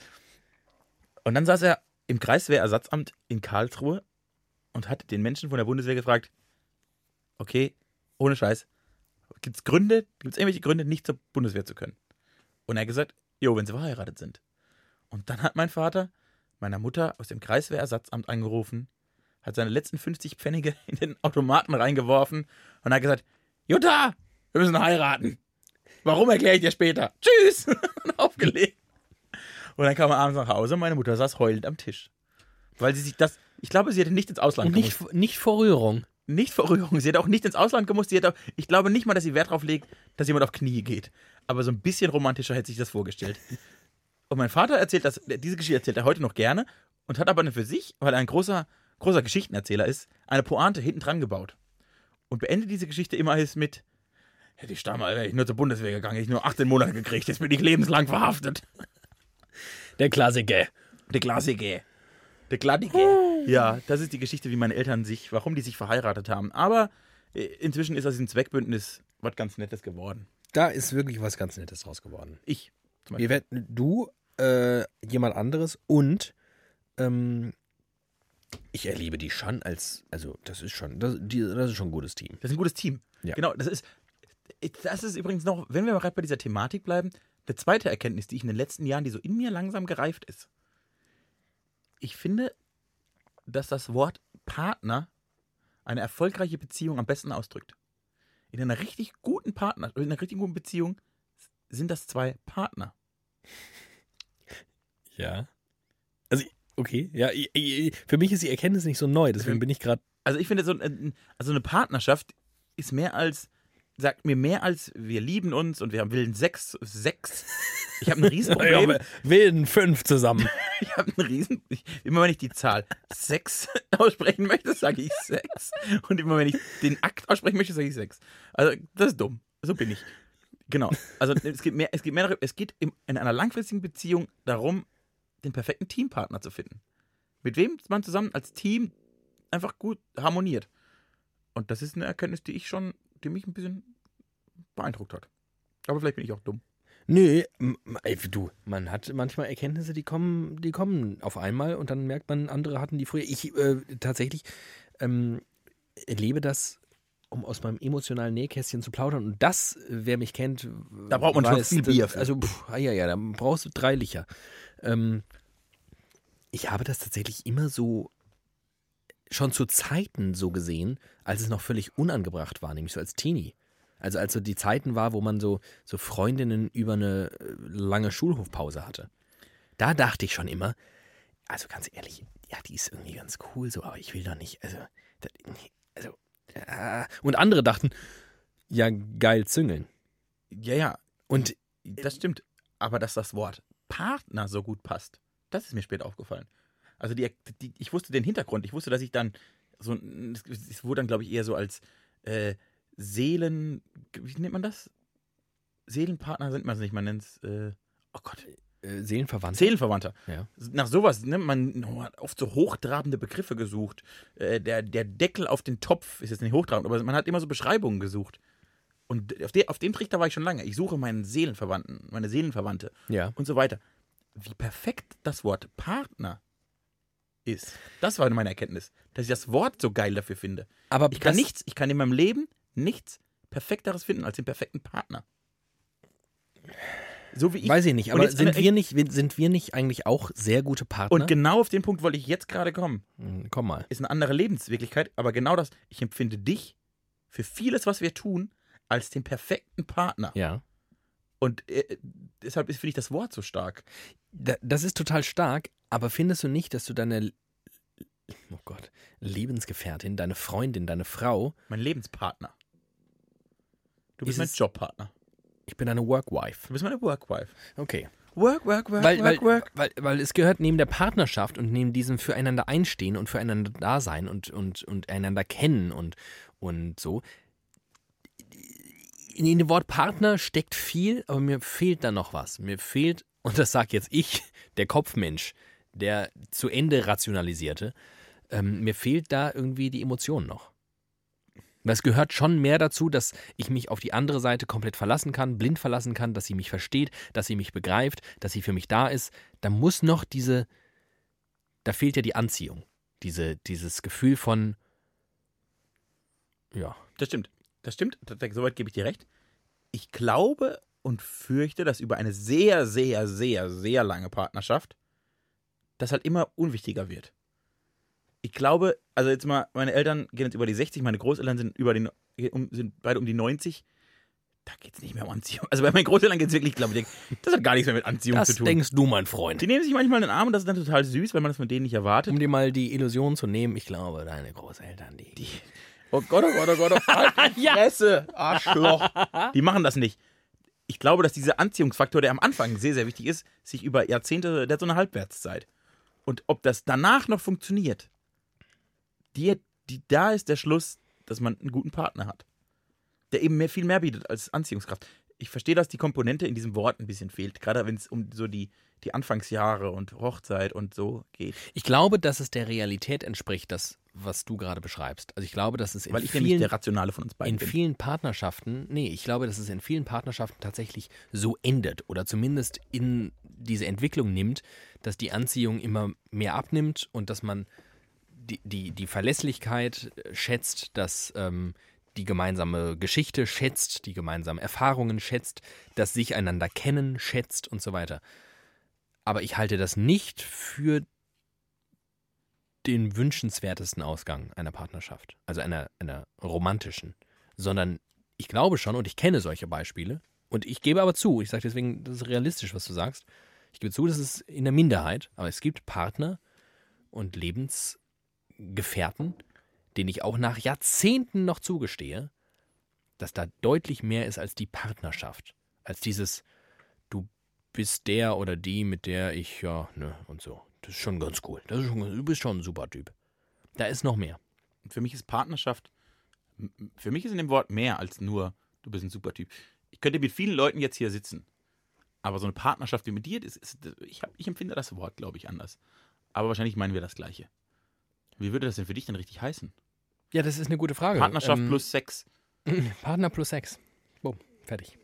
S2: Und dann saß er im Kreiswehrersatzamt in Karlsruhe und hat den Menschen von der Bundeswehr gefragt, okay, ohne Scheiß, gibt es Gründe, gibt es irgendwelche Gründe, nicht zur Bundeswehr zu können? Und er hat gesagt, jo, wenn sie verheiratet sind. Und dann hat mein Vater meiner Mutter aus dem Kreiswehrersatzamt angerufen, hat seine letzten 50 Pfennige <laughs> in den Automaten reingeworfen und hat gesagt, Jutta, wir müssen heiraten. Warum erkläre ich dir später? Tschüss! <laughs> Und aufgelegt. Und dann kam er abends nach Hause und meine Mutter saß heulend am Tisch. Weil sie sich das, ich glaube, sie hätte nicht ins Ausland
S1: Und
S2: gemusst
S1: nicht, nicht vor Rührung.
S2: nicht vor Rührung. Sie hätte auch nicht ins Ausland gemusst. Sie hätte auch, ich glaube nicht mal, dass sie Wert drauf legt, dass jemand auf Knie geht. Aber so ein bisschen romantischer hätte sich das vorgestellt. Und mein Vater erzählt das, diese Geschichte erzählt er heute noch gerne und hat aber eine für sich, weil er ein großer, großer Geschichtenerzähler ist, eine Pointe hinten dran gebaut. Und beendet diese Geschichte immer alles mit: Hätte ich damals, wäre ich nur zur Bundeswehr gegangen, hätte ich nur 18 Monate gekriegt, jetzt bin ich lebenslang verhaftet.
S1: Der Klassiker.
S2: Der Glasige. Der Glattige. Ja, das ist die Geschichte, wie meine Eltern sich, warum die sich verheiratet haben. Aber äh, inzwischen ist aus diesem Zweckbündnis was ganz Nettes geworden.
S1: Da ist wirklich was ganz Nettes draus geworden.
S2: Ich.
S1: Wir werden du, äh, jemand anderes und ähm, Ich erlebe die schon als, also das ist schon, das, die, das ist schon ein gutes Team.
S2: Das ist ein gutes Team.
S1: Ja.
S2: Genau, das ist, das ist übrigens noch, wenn wir gerade bei dieser Thematik bleiben, eine zweite Erkenntnis, die ich in den letzten Jahren, die so in mir langsam gereift ist. Ich finde, dass das Wort Partner eine erfolgreiche Beziehung am besten ausdrückt. In einer richtig guten Partner, in einer richtig guten Beziehung sind das zwei Partner.
S1: Ja. Also, okay, ja, ich- ich- für mich ist die Erkenntnis nicht so neu, deswegen bin ich <laughs> gerade.
S2: Also ich finde, so ein, also eine Partnerschaft ist mehr als, sagt mir mehr als, wir lieben uns und wir haben wilden Sex. Sex. Ich habe ein Riesenproblem.
S1: Wilden fünf zusammen.
S2: <laughs> Ich habe einen riesen. Ich, immer wenn ich die Zahl Sex <laughs> aussprechen möchte, sage ich Sex. Und immer wenn ich den Akt aussprechen möchte, sage ich Sex. Also, das ist dumm. So bin ich. Genau. Also, es geht mehr, es geht mehr darüber, es geht im- in einer langfristigen Beziehung darum, den perfekten Teampartner zu finden. Mit wem man zusammen als Team einfach gut harmoniert. Und das ist eine Erkenntnis, die ich schon, die mich ein bisschen beeindruckt hat. Aber vielleicht bin ich auch dumm.
S1: Nö, m- ey, du, man hat manchmal Erkenntnisse, die kommen, die kommen auf einmal und dann merkt man, andere hatten die früher. Ich äh, tatsächlich ähm, erlebe das, um aus meinem emotionalen Nähkästchen zu plaudern. Und das, äh, wer mich kennt,
S2: Da braucht man schon viel Bier für.
S1: Also, pff, ja, ja, da brauchst du drei Licher. Ähm, ich habe das tatsächlich immer so schon zu Zeiten so gesehen, als es noch völlig unangebracht war, nämlich so als Teenie. Also als so die Zeiten war, wo man so, so Freundinnen über eine äh, lange Schulhofpause hatte. Da dachte ich schon immer, also ganz ehrlich, ja, die ist irgendwie ganz cool so, aber ich will doch nicht, also, das, nee, also, äh. und andere dachten, ja, geil züngeln.
S2: Ja, ja,
S1: Und
S2: Das stimmt. Aber dass das Wort Partner so gut passt, das ist mir später aufgefallen. Also die, die, ich wusste den Hintergrund. Ich wusste, dass ich dann so, ein- es- es wurde dann glaube ich eher so als äh, Seelen, wie nennt man das? Seelenpartner nennt man es nicht, man nennt es, äh, oh Gott,
S1: äh, Seelenverwandt.
S2: Seelenverwandter.
S1: Ja.
S2: Nach sowas nimmt man oh, hat oft so hochtrabende Begriffe gesucht. Äh, der, der Deckel auf den Topf ist jetzt nicht hochtrabend, aber man hat immer so Beschreibungen gesucht. Und auf, de, auf dem Trichter war ich schon lange. Ich suche meinen Seelenverwandten, meine Seelenverwandte
S1: ja.
S2: und so weiter. Wie perfekt das Wort Partner ist. Das war meine Erkenntnis, dass ich das Wort so geil dafür finde.
S1: Aber
S2: Ich kann
S1: das-
S2: nichts, ich kann in meinem Leben nichts perfekteres finden als den perfekten Partner. So wie ich.
S1: Weiß ich nicht,
S2: und
S1: aber
S2: jetzt
S1: sind
S2: eine-
S1: wir nicht, sind wir nicht eigentlich auch sehr gute Partner?
S2: Und genau auf den Punkt wollte ich jetzt gerade kommen.
S1: Hm, Komm mal.
S2: Ist eine andere Lebenswirklichkeit, aber genau das. Ich empfinde dich für vieles, was wir tun, als den perfekten Partner.
S1: Ja.
S2: Und äh, deshalb ist- finde ich das Wort so stark.
S1: Da, das ist total stark, aber findest du nicht, dass du deine, oh Gott, Lebensgefährtin, deine Freundin, deine Frau,
S2: Mein Lebenspartner. Du
S1: Ist
S2: bist mein
S1: es-
S2: Jobpartner.
S1: ich bin deine Workwife.
S2: Du bist meine Workwife.
S1: Okay.
S2: Work, work, work,
S1: Weil, weil,
S2: work, work.
S1: Weil, weil es gehört neben der Partnerschaft und neben diesem füreinander einstehen und füreinander da sein und, und, und einander kennen und, und so. In dem Wort Partner steckt viel, aber mir fehlt da noch was. Mir fehlt, und das sage jetzt ich, der Kopfmensch, der zu Ende rationalisierte, ähm, mir fehlt da irgendwie die Emotion noch. Weil es gehört schon mehr dazu, dass ich mich auf die andere Seite komplett verlassen kann, blind verlassen kann, dass sie mich versteht, dass sie mich begreift, dass sie für mich da ist. Da muss noch diese, da fehlt ja die Anziehung, diese, dieses Gefühl von, ja,
S2: Das stimmt. Das stimmt. Da- da- Soweit gebe ich dir recht. Ich glaube und fürchte, dass über eine sehr, sehr, sehr, sehr lange Partnerschaft das halt immer unwichtiger wird. Ich glaube, also jetzt mal, meine Eltern gehen jetzt über die 60, meine Großeltern sind, über den, um, sind beide um die 90. Da geht es nicht mehr um Anziehung. Also bei meinen Großeltern geht es wirklich, glaube ich, das hat gar nichts mehr mit Anziehung
S1: das
S2: zu tun.
S1: denkst du, mein Freund.
S2: Die nehmen sich manchmal in den Arm und das ist dann total süß, weil man das von denen nicht erwartet.
S1: Um dir mal die Illusion zu nehmen, ich glaube, deine Großeltern, die.
S2: Oh Gott, oh Gott, oh Gott, oh
S1: <laughs>
S2: Gott. Halt die Fresse, Arschloch. Die machen das nicht. Ich glaube, dass dieser Anziehungsfaktor, der am Anfang sehr, sehr wichtig ist, sich über Jahrzehnte, der hat so eine Halbwertszeit. Und ob das danach noch funktioniert, die, die, da ist der Schluss, dass man einen guten Partner hat. Der eben mehr, viel mehr bietet als Anziehungskraft. Ich verstehe, dass die Komponente in diesem Wort ein bisschen fehlt, gerade wenn es um so die, die Anfangsjahre und Hochzeit und so geht.
S1: Ich glaube, dass es der Realität entspricht, das, was du gerade beschreibst. Also ich glaube, dass es in
S2: Weil ich nämlich
S1: vielen
S2: der Rationale von uns beiden
S1: in
S2: bin.
S1: vielen Partnerschaften, nee, ich glaube, dass es in vielen Partnerschaften tatsächlich so endet oder zumindest in diese Entwicklung nimmt, dass die Anziehung immer mehr abnimmt und dass man die, die, die Verlässlichkeit äh, schätzt, dass ähm, die gemeinsame Geschichte schätzt, die gemeinsamen Erfahrungen schätzt, das sich einander kennen schätzt und so weiter. Aber ich halte das nicht für den wünschenswertesten Ausgang einer Partnerschaft, also einer, einer romantischen, sondern ich glaube schon und ich kenne solche Beispiele und ich gebe aber zu, ich sage deswegen, das ist realistisch, was du sagst, ich gebe zu, das ist in der Minderheit, aber es gibt Partner und Lebensgefährten, denen ich auch nach Jahrzehnten noch zugestehe, dass da deutlich mehr ist als die Partnerschaft, als dieses du bist der oder die, mit der ich ja, ne, und so. Das ist schon ganz cool. Das ist schon, du bist schon ein super Typ. Da ist noch mehr.
S2: Für mich ist Partnerschaft, für mich ist in dem Wort mehr als nur, du bist ein super Typ. Ich könnte mit vielen Leuten jetzt hier sitzen. Aber so eine Partnerschaft wie mit dir, ist, ist, ich, hab, ich empfinde das Wort, glaube ich, anders. Aber wahrscheinlich meinen wir das Gleiche. Wie würde das denn für dich dann richtig heißen?
S1: Ja, das ist eine gute Frage.
S2: Partnerschaft
S1: Ähm,
S2: plus Sex.
S1: Partner plus Sex. Boom, fertig.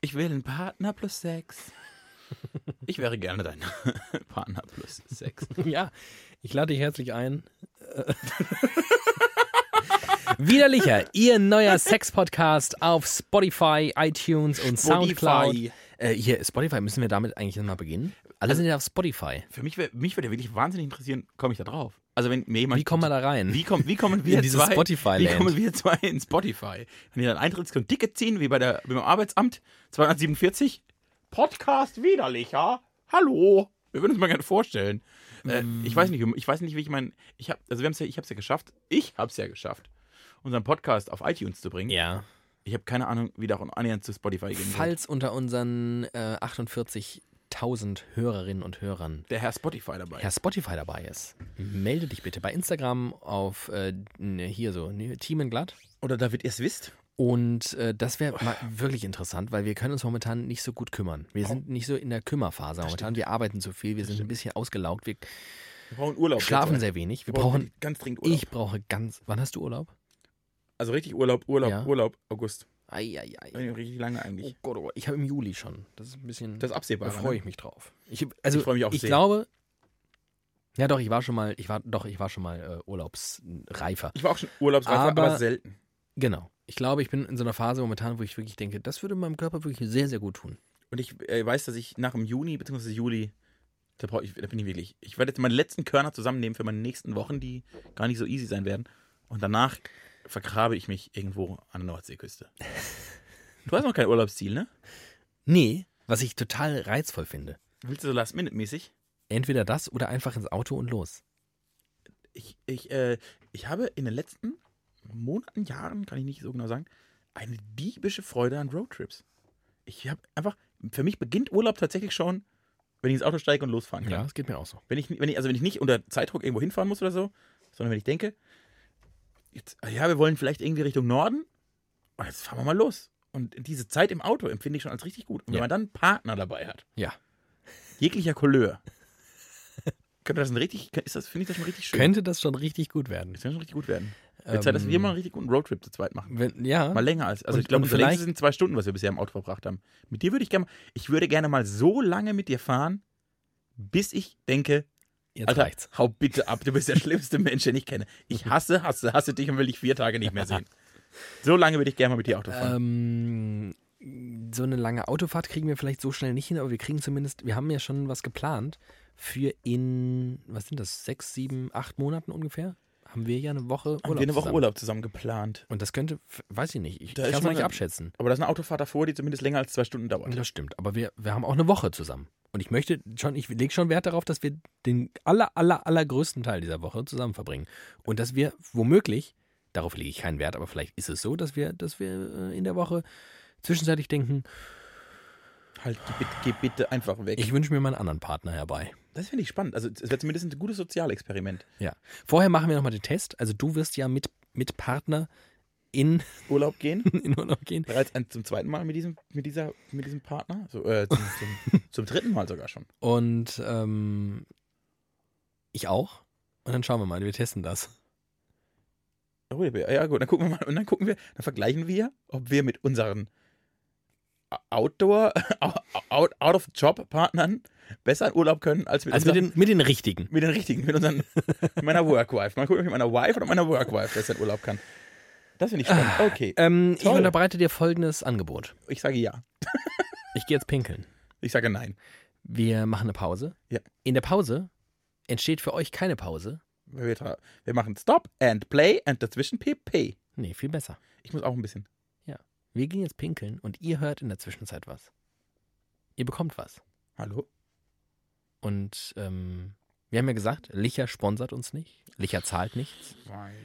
S2: Ich will einen Partner plus Sex. Ich wäre gerne dein <laughs> Partner plus Sex.
S1: <laughs> Ja, ich lade dich herzlich ein. <laughs> Widerlicher, Ihr neuer Sex-Podcast auf Spotify, iTunes und <laughs> Soundcloud. Also
S2: Spotify.
S1: Äh, hier, Spotify, müssen wir damit eigentlich nochmal beginnen? Alle sind ja auf Spotify.
S2: Für mich, wär, mich würde wirklich wahnsinnig interessieren, komme ich da drauf? Also wenn mir jemand...
S1: Wie kommen wir da rein?
S2: Wie, komm, wie kommen wir
S1: In dieses
S2: zwei, Wie
S1: Spotify-Land.
S2: kommen wir zwei in Spotify? Wenn ihr dann Eintrittskund Ticket ziehen, wie bei der, beim Arbeitsamt 247? Podcast widerlicher. Hallo. Wir würden uns mal gerne vorstellen. Äh,
S1: Mm.
S2: ich weiß nicht, ich weiß nicht, wie ich meinen. Ich habe, also wir haben's ja, ich habe es ja geschafft. Ich habe es ja geschafft, unseren Podcast auf iTunes zu bringen.
S1: Ja.
S2: Ich habe keine Ahnung, wie da auch annähernd zu Spotify gehen wird.
S1: Falls unter unseren äh, 48.000 Hörerinnen und Hörern
S2: Der Herr Spotify dabei.
S1: Herr Spotify dabei ist, melde dich bitte bei Instagram auf äh, ne, hier so, ne, Team in Glatt.
S2: Oder damit ihr es wisst.
S1: Und äh, das wäre mal wirklich interessant, weil wir können uns momentan nicht so gut kümmern. Wir sind nicht so in der Kümmerphase momentan. Wir arbeiten zu viel, wir sind ein bisschen ausgelaugt, wir
S2: Wir brauchen Urlaub.
S1: schlafen
S2: jetzt.
S1: sehr wenig. Wir
S2: Wir brauchen
S1: brauchen,
S2: ganz dringend Urlaub.
S1: ich brauche ganz, wann hast du Urlaub?
S2: also richtig Urlaub, Urlaub,
S1: Ja.
S2: Urlaub, August.
S1: Ei, ei, ei.
S2: Richtig lange eigentlich.
S1: Oh Gott, oh Gott, ich habe im Juli schon. Das ist ein bisschen,
S2: Das ist absehbar.
S1: da
S2: ne?
S1: freue ich mich drauf. Ich, also,
S2: Ich freue mich auch
S1: Ich
S2: sehr.
S1: glaube, ja doch, ich war schon mal, ich war, doch, ich war schon mal äh, Urlaubsreifer.
S2: Ich war auch schon urlaubsreif, aber,
S1: Aber-
S2: selten.
S1: Genau. Ich glaube, ich bin in so einer Phase momentan, wo ich wirklich denke, das würde meinem Körper wirklich sehr, sehr gut tun.
S2: Und ich äh, weiß, dass ich nach dem Juni bzw. Juli, da, brauch ich, da bin ich wirklich, ich werde jetzt meine letzten Körner zusammennehmen für meine nächsten Wochen, die gar nicht so easy sein werden. Und danach vergrabe ich mich irgendwo an der Nordseeküste. Du hast noch kein Urlaubsziel, ne?
S1: Nee, was ich total reizvoll finde.
S2: Willst du so last-minute-mäßig?
S1: Entweder das oder einfach ins Auto und los.
S2: Ich, ich, äh, ich habe in den letzten Monaten, Jahren, kann ich nicht so genau sagen, eine diebische Freude an Roadtrips. Ich habe einfach, für mich beginnt Urlaub tatsächlich schon, wenn ich ins Auto steige und losfahren kann.
S1: das geht mir auch so.
S2: Wenn ich, wenn ich, also wenn ich nicht unter Zeitdruck irgendwo hinfahren muss oder so, sondern wenn ich denke, jetzt, ah ja, wir wollen vielleicht irgendwie Richtung Norden, und jetzt fahren wir mal los. Und diese Zeit im Auto empfinde ich schon als richtig gut. Und wenn
S1: Ja.
S2: man dann einen Partner dabei hat,
S1: Ja.
S2: jeglicher Couleur, <laughs> könnte das ein richtig, ist das, finde ich das schon richtig schön.
S1: Könnte das schon richtig gut werden. Ähm,
S2: Das kann schon richtig gut werden. Wird Zeit, dass wir mal einen richtig guten Roadtrip zu zweit machen.
S1: Wenn, ja,
S2: Mal länger als, also
S1: Und-
S2: ich glaube,
S1: und
S2: unser längstes
S1: vielleicht-
S2: sind zwei Stunden, was wir bisher im Auto verbracht haben. Mit dir würde ich gerne, mal- ich würde gerne mal so lange mit dir fahren, bis ich denke,
S1: jetzt
S2: Alter,
S1: reicht's.
S2: hau bitte ab, du
S1: <laughs>
S2: bist der schlimmste Mensch, den ich kenne. Ich hasse, hasse, hasse dich und will dich vier Tage nicht
S1: <laughs>
S2: mehr sehen. So lange würde ich gerne mal mit dir Auto fahren.
S1: Ähm, so eine lange Autofahrt kriegen wir vielleicht so schnell nicht hin, aber wir kriegen zumindest, wir haben ja schon was geplant für in, was sind das, sechs, sieben, acht Monaten ungefähr? Haben wir ja eine Woche Urlaub.
S2: Haben wir eine Woche
S1: zusammen.
S2: Urlaub zusammen geplant.
S1: Und das könnte, f- weiß ich nicht, ich
S2: Da
S1: kann
S2: ist
S1: es
S2: schon
S1: noch nicht
S2: eine-
S1: abschätzen.
S2: Aber das ist eine Autofahrt davor, die zumindest länger als zwei Stunden dauert.
S1: Das stimmt, aber wir, wir haben auch eine Woche zusammen. Und ich möchte schon, ich lege schon Wert darauf, dass wir den aller, aller, allergrößten Teil dieser Woche zusammen verbringen. Und dass wir womöglich, darauf lege ich keinen Wert, aber vielleicht ist es so, dass wir, dass wir äh, in der Woche zwischenzeitlich denken,
S2: Halt, geh bitte, geh bitte einfach weg.
S1: ich wünsche mir mal einen anderen Partner herbei.
S2: das finde ich spannend. Also es wäre zumindest ein gutes Sozialexperiment.
S1: Ja. Vorher machen wir nochmal den Test. Also du wirst ja mit, mit Partner in, <laughs>
S2: Urlaub gehen.
S1: in Urlaub gehen.
S2: Bereits ein, zum zweiten Mal mit diesem, mit dieser, mit diesem Partner. So, äh, zum,
S1: <laughs>
S2: zum, zum dritten Mal sogar schon.
S1: Und ähm, ich auch. Und dann schauen wir mal, wir testen das.
S2: Oh, ja, ja gut, dann gucken wir mal. Und dann gucken wir, dann vergleichen wir, ob wir mit unseren Outdoor, <laughs> out, out of Job Partnern besser in Urlaub können als mit,
S1: Also mit
S2: unseren-
S1: den, mit den richtigen.
S2: mit den richtigen, mit unseren, mit meiner Workwife. Mal gucken, ob ich mit meiner Wife oder meiner Workwife besser in Urlaub kann. Das finde ich spannend. Okay,
S1: Ähm, ich
S2: Toll.
S1: unterbreite dir folgendes Angebot.
S2: ich sage ja.
S1: Ich gehe jetzt pinkeln.
S2: Ich sage nein.
S1: Wir machen eine Pause.
S2: Ja.
S1: In der Pause entsteht für euch keine Pause.
S2: Weil Wir, tra- wir machen Stop and Play and dazwischen PP.
S1: Nee, viel besser.
S2: Ich muss auch ein bisschen.
S1: Wir gehen jetzt pinkeln und ihr hört in der Zwischenzeit was. Ihr bekommt was.
S2: Hallo?
S1: Und ähm, wir haben ja gesagt, Licher sponsert uns nicht. Licher zahlt nichts.
S2: Schweine.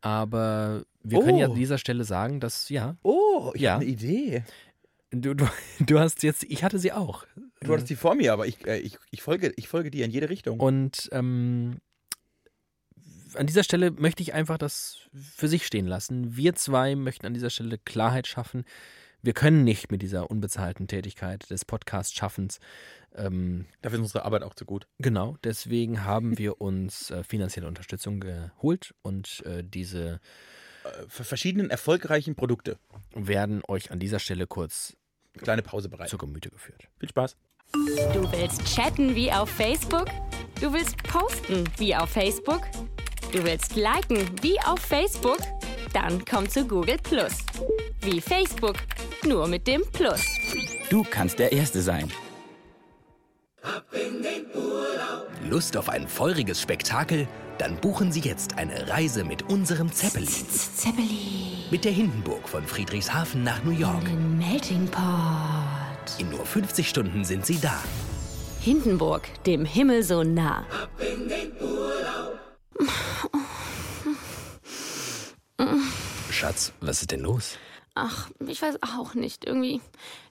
S1: Aber wir
S2: Oh.
S1: können ja an dieser Stelle sagen, dass, ja,
S2: Oh, ich
S1: Ja.
S2: habe eine Idee.
S1: du, <laughs> du, du hast jetzt, ich hatte sie auch.
S2: Du hattest die vor mir, aber ich, äh, ich, ich, folge, ich folge dir in jede Richtung.
S1: Und ähm, an dieser Stelle möchte ich einfach das für sich stehen lassen. Wir zwei möchten an dieser Stelle Klarheit schaffen. Wir können nicht mit dieser unbezahlten Tätigkeit des Podcast-Schaffens. Ähm,
S2: Dafür ist unsere Arbeit auch zu gut.
S1: genau, deswegen haben wir uns äh, finanzielle Unterstützung geholt und äh, diese
S2: Äh, Für verschiedenen erfolgreichen Produkte.
S1: werden euch an dieser Stelle kurz
S2: Kleine Pause bereit.
S1: zu Gemüte geführt.
S2: Viel Spaß.
S3: Du willst chatten wie auf Facebook? Du willst posten wie auf Facebook? Du willst liken wie auf Facebook? Dann komm zu Google Plus. Wie Facebook, nur mit dem Plus.
S4: Du kannst der Erste sein.
S5: Lust auf ein feuriges Spektakel? Dann buchen Sie jetzt eine Reise mit unserem Zeppelin.
S3: Zeppeli,
S5: Mit der Hindenburg von Friedrichshafen nach New York.
S3: den Melting Pot.
S5: In nur 50 Stunden sind Sie da.
S3: Hindenburg, dem Himmel so nah.
S5: Schatz, was ist denn los?
S6: Ach, ich weiß auch nicht. Irgendwie,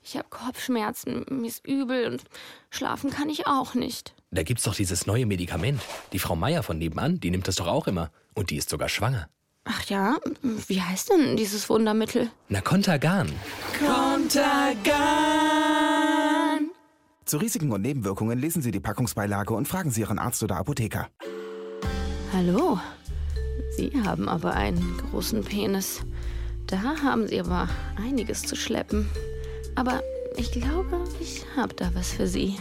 S6: ich habe Kopfschmerzen, mir ist übel und schlafen kann ich auch nicht.
S5: Da gibt's doch dieses neue Medikament. Die Frau Meier von nebenan, die nimmt das doch auch immer. Und die ist sogar schwanger.
S6: Ach ja, wie heißt denn dieses Wundermittel?
S5: Na, Kontergan.
S4: Zu Risiken und Nebenwirkungen lesen Sie die Packungsbeilage und fragen Sie Ihren Arzt oder Apotheker.
S6: Hallo. Sie haben aber einen großen Penis. Da haben Sie aber einiges zu schleppen. Aber ich glaube, ich habe da was für Sie.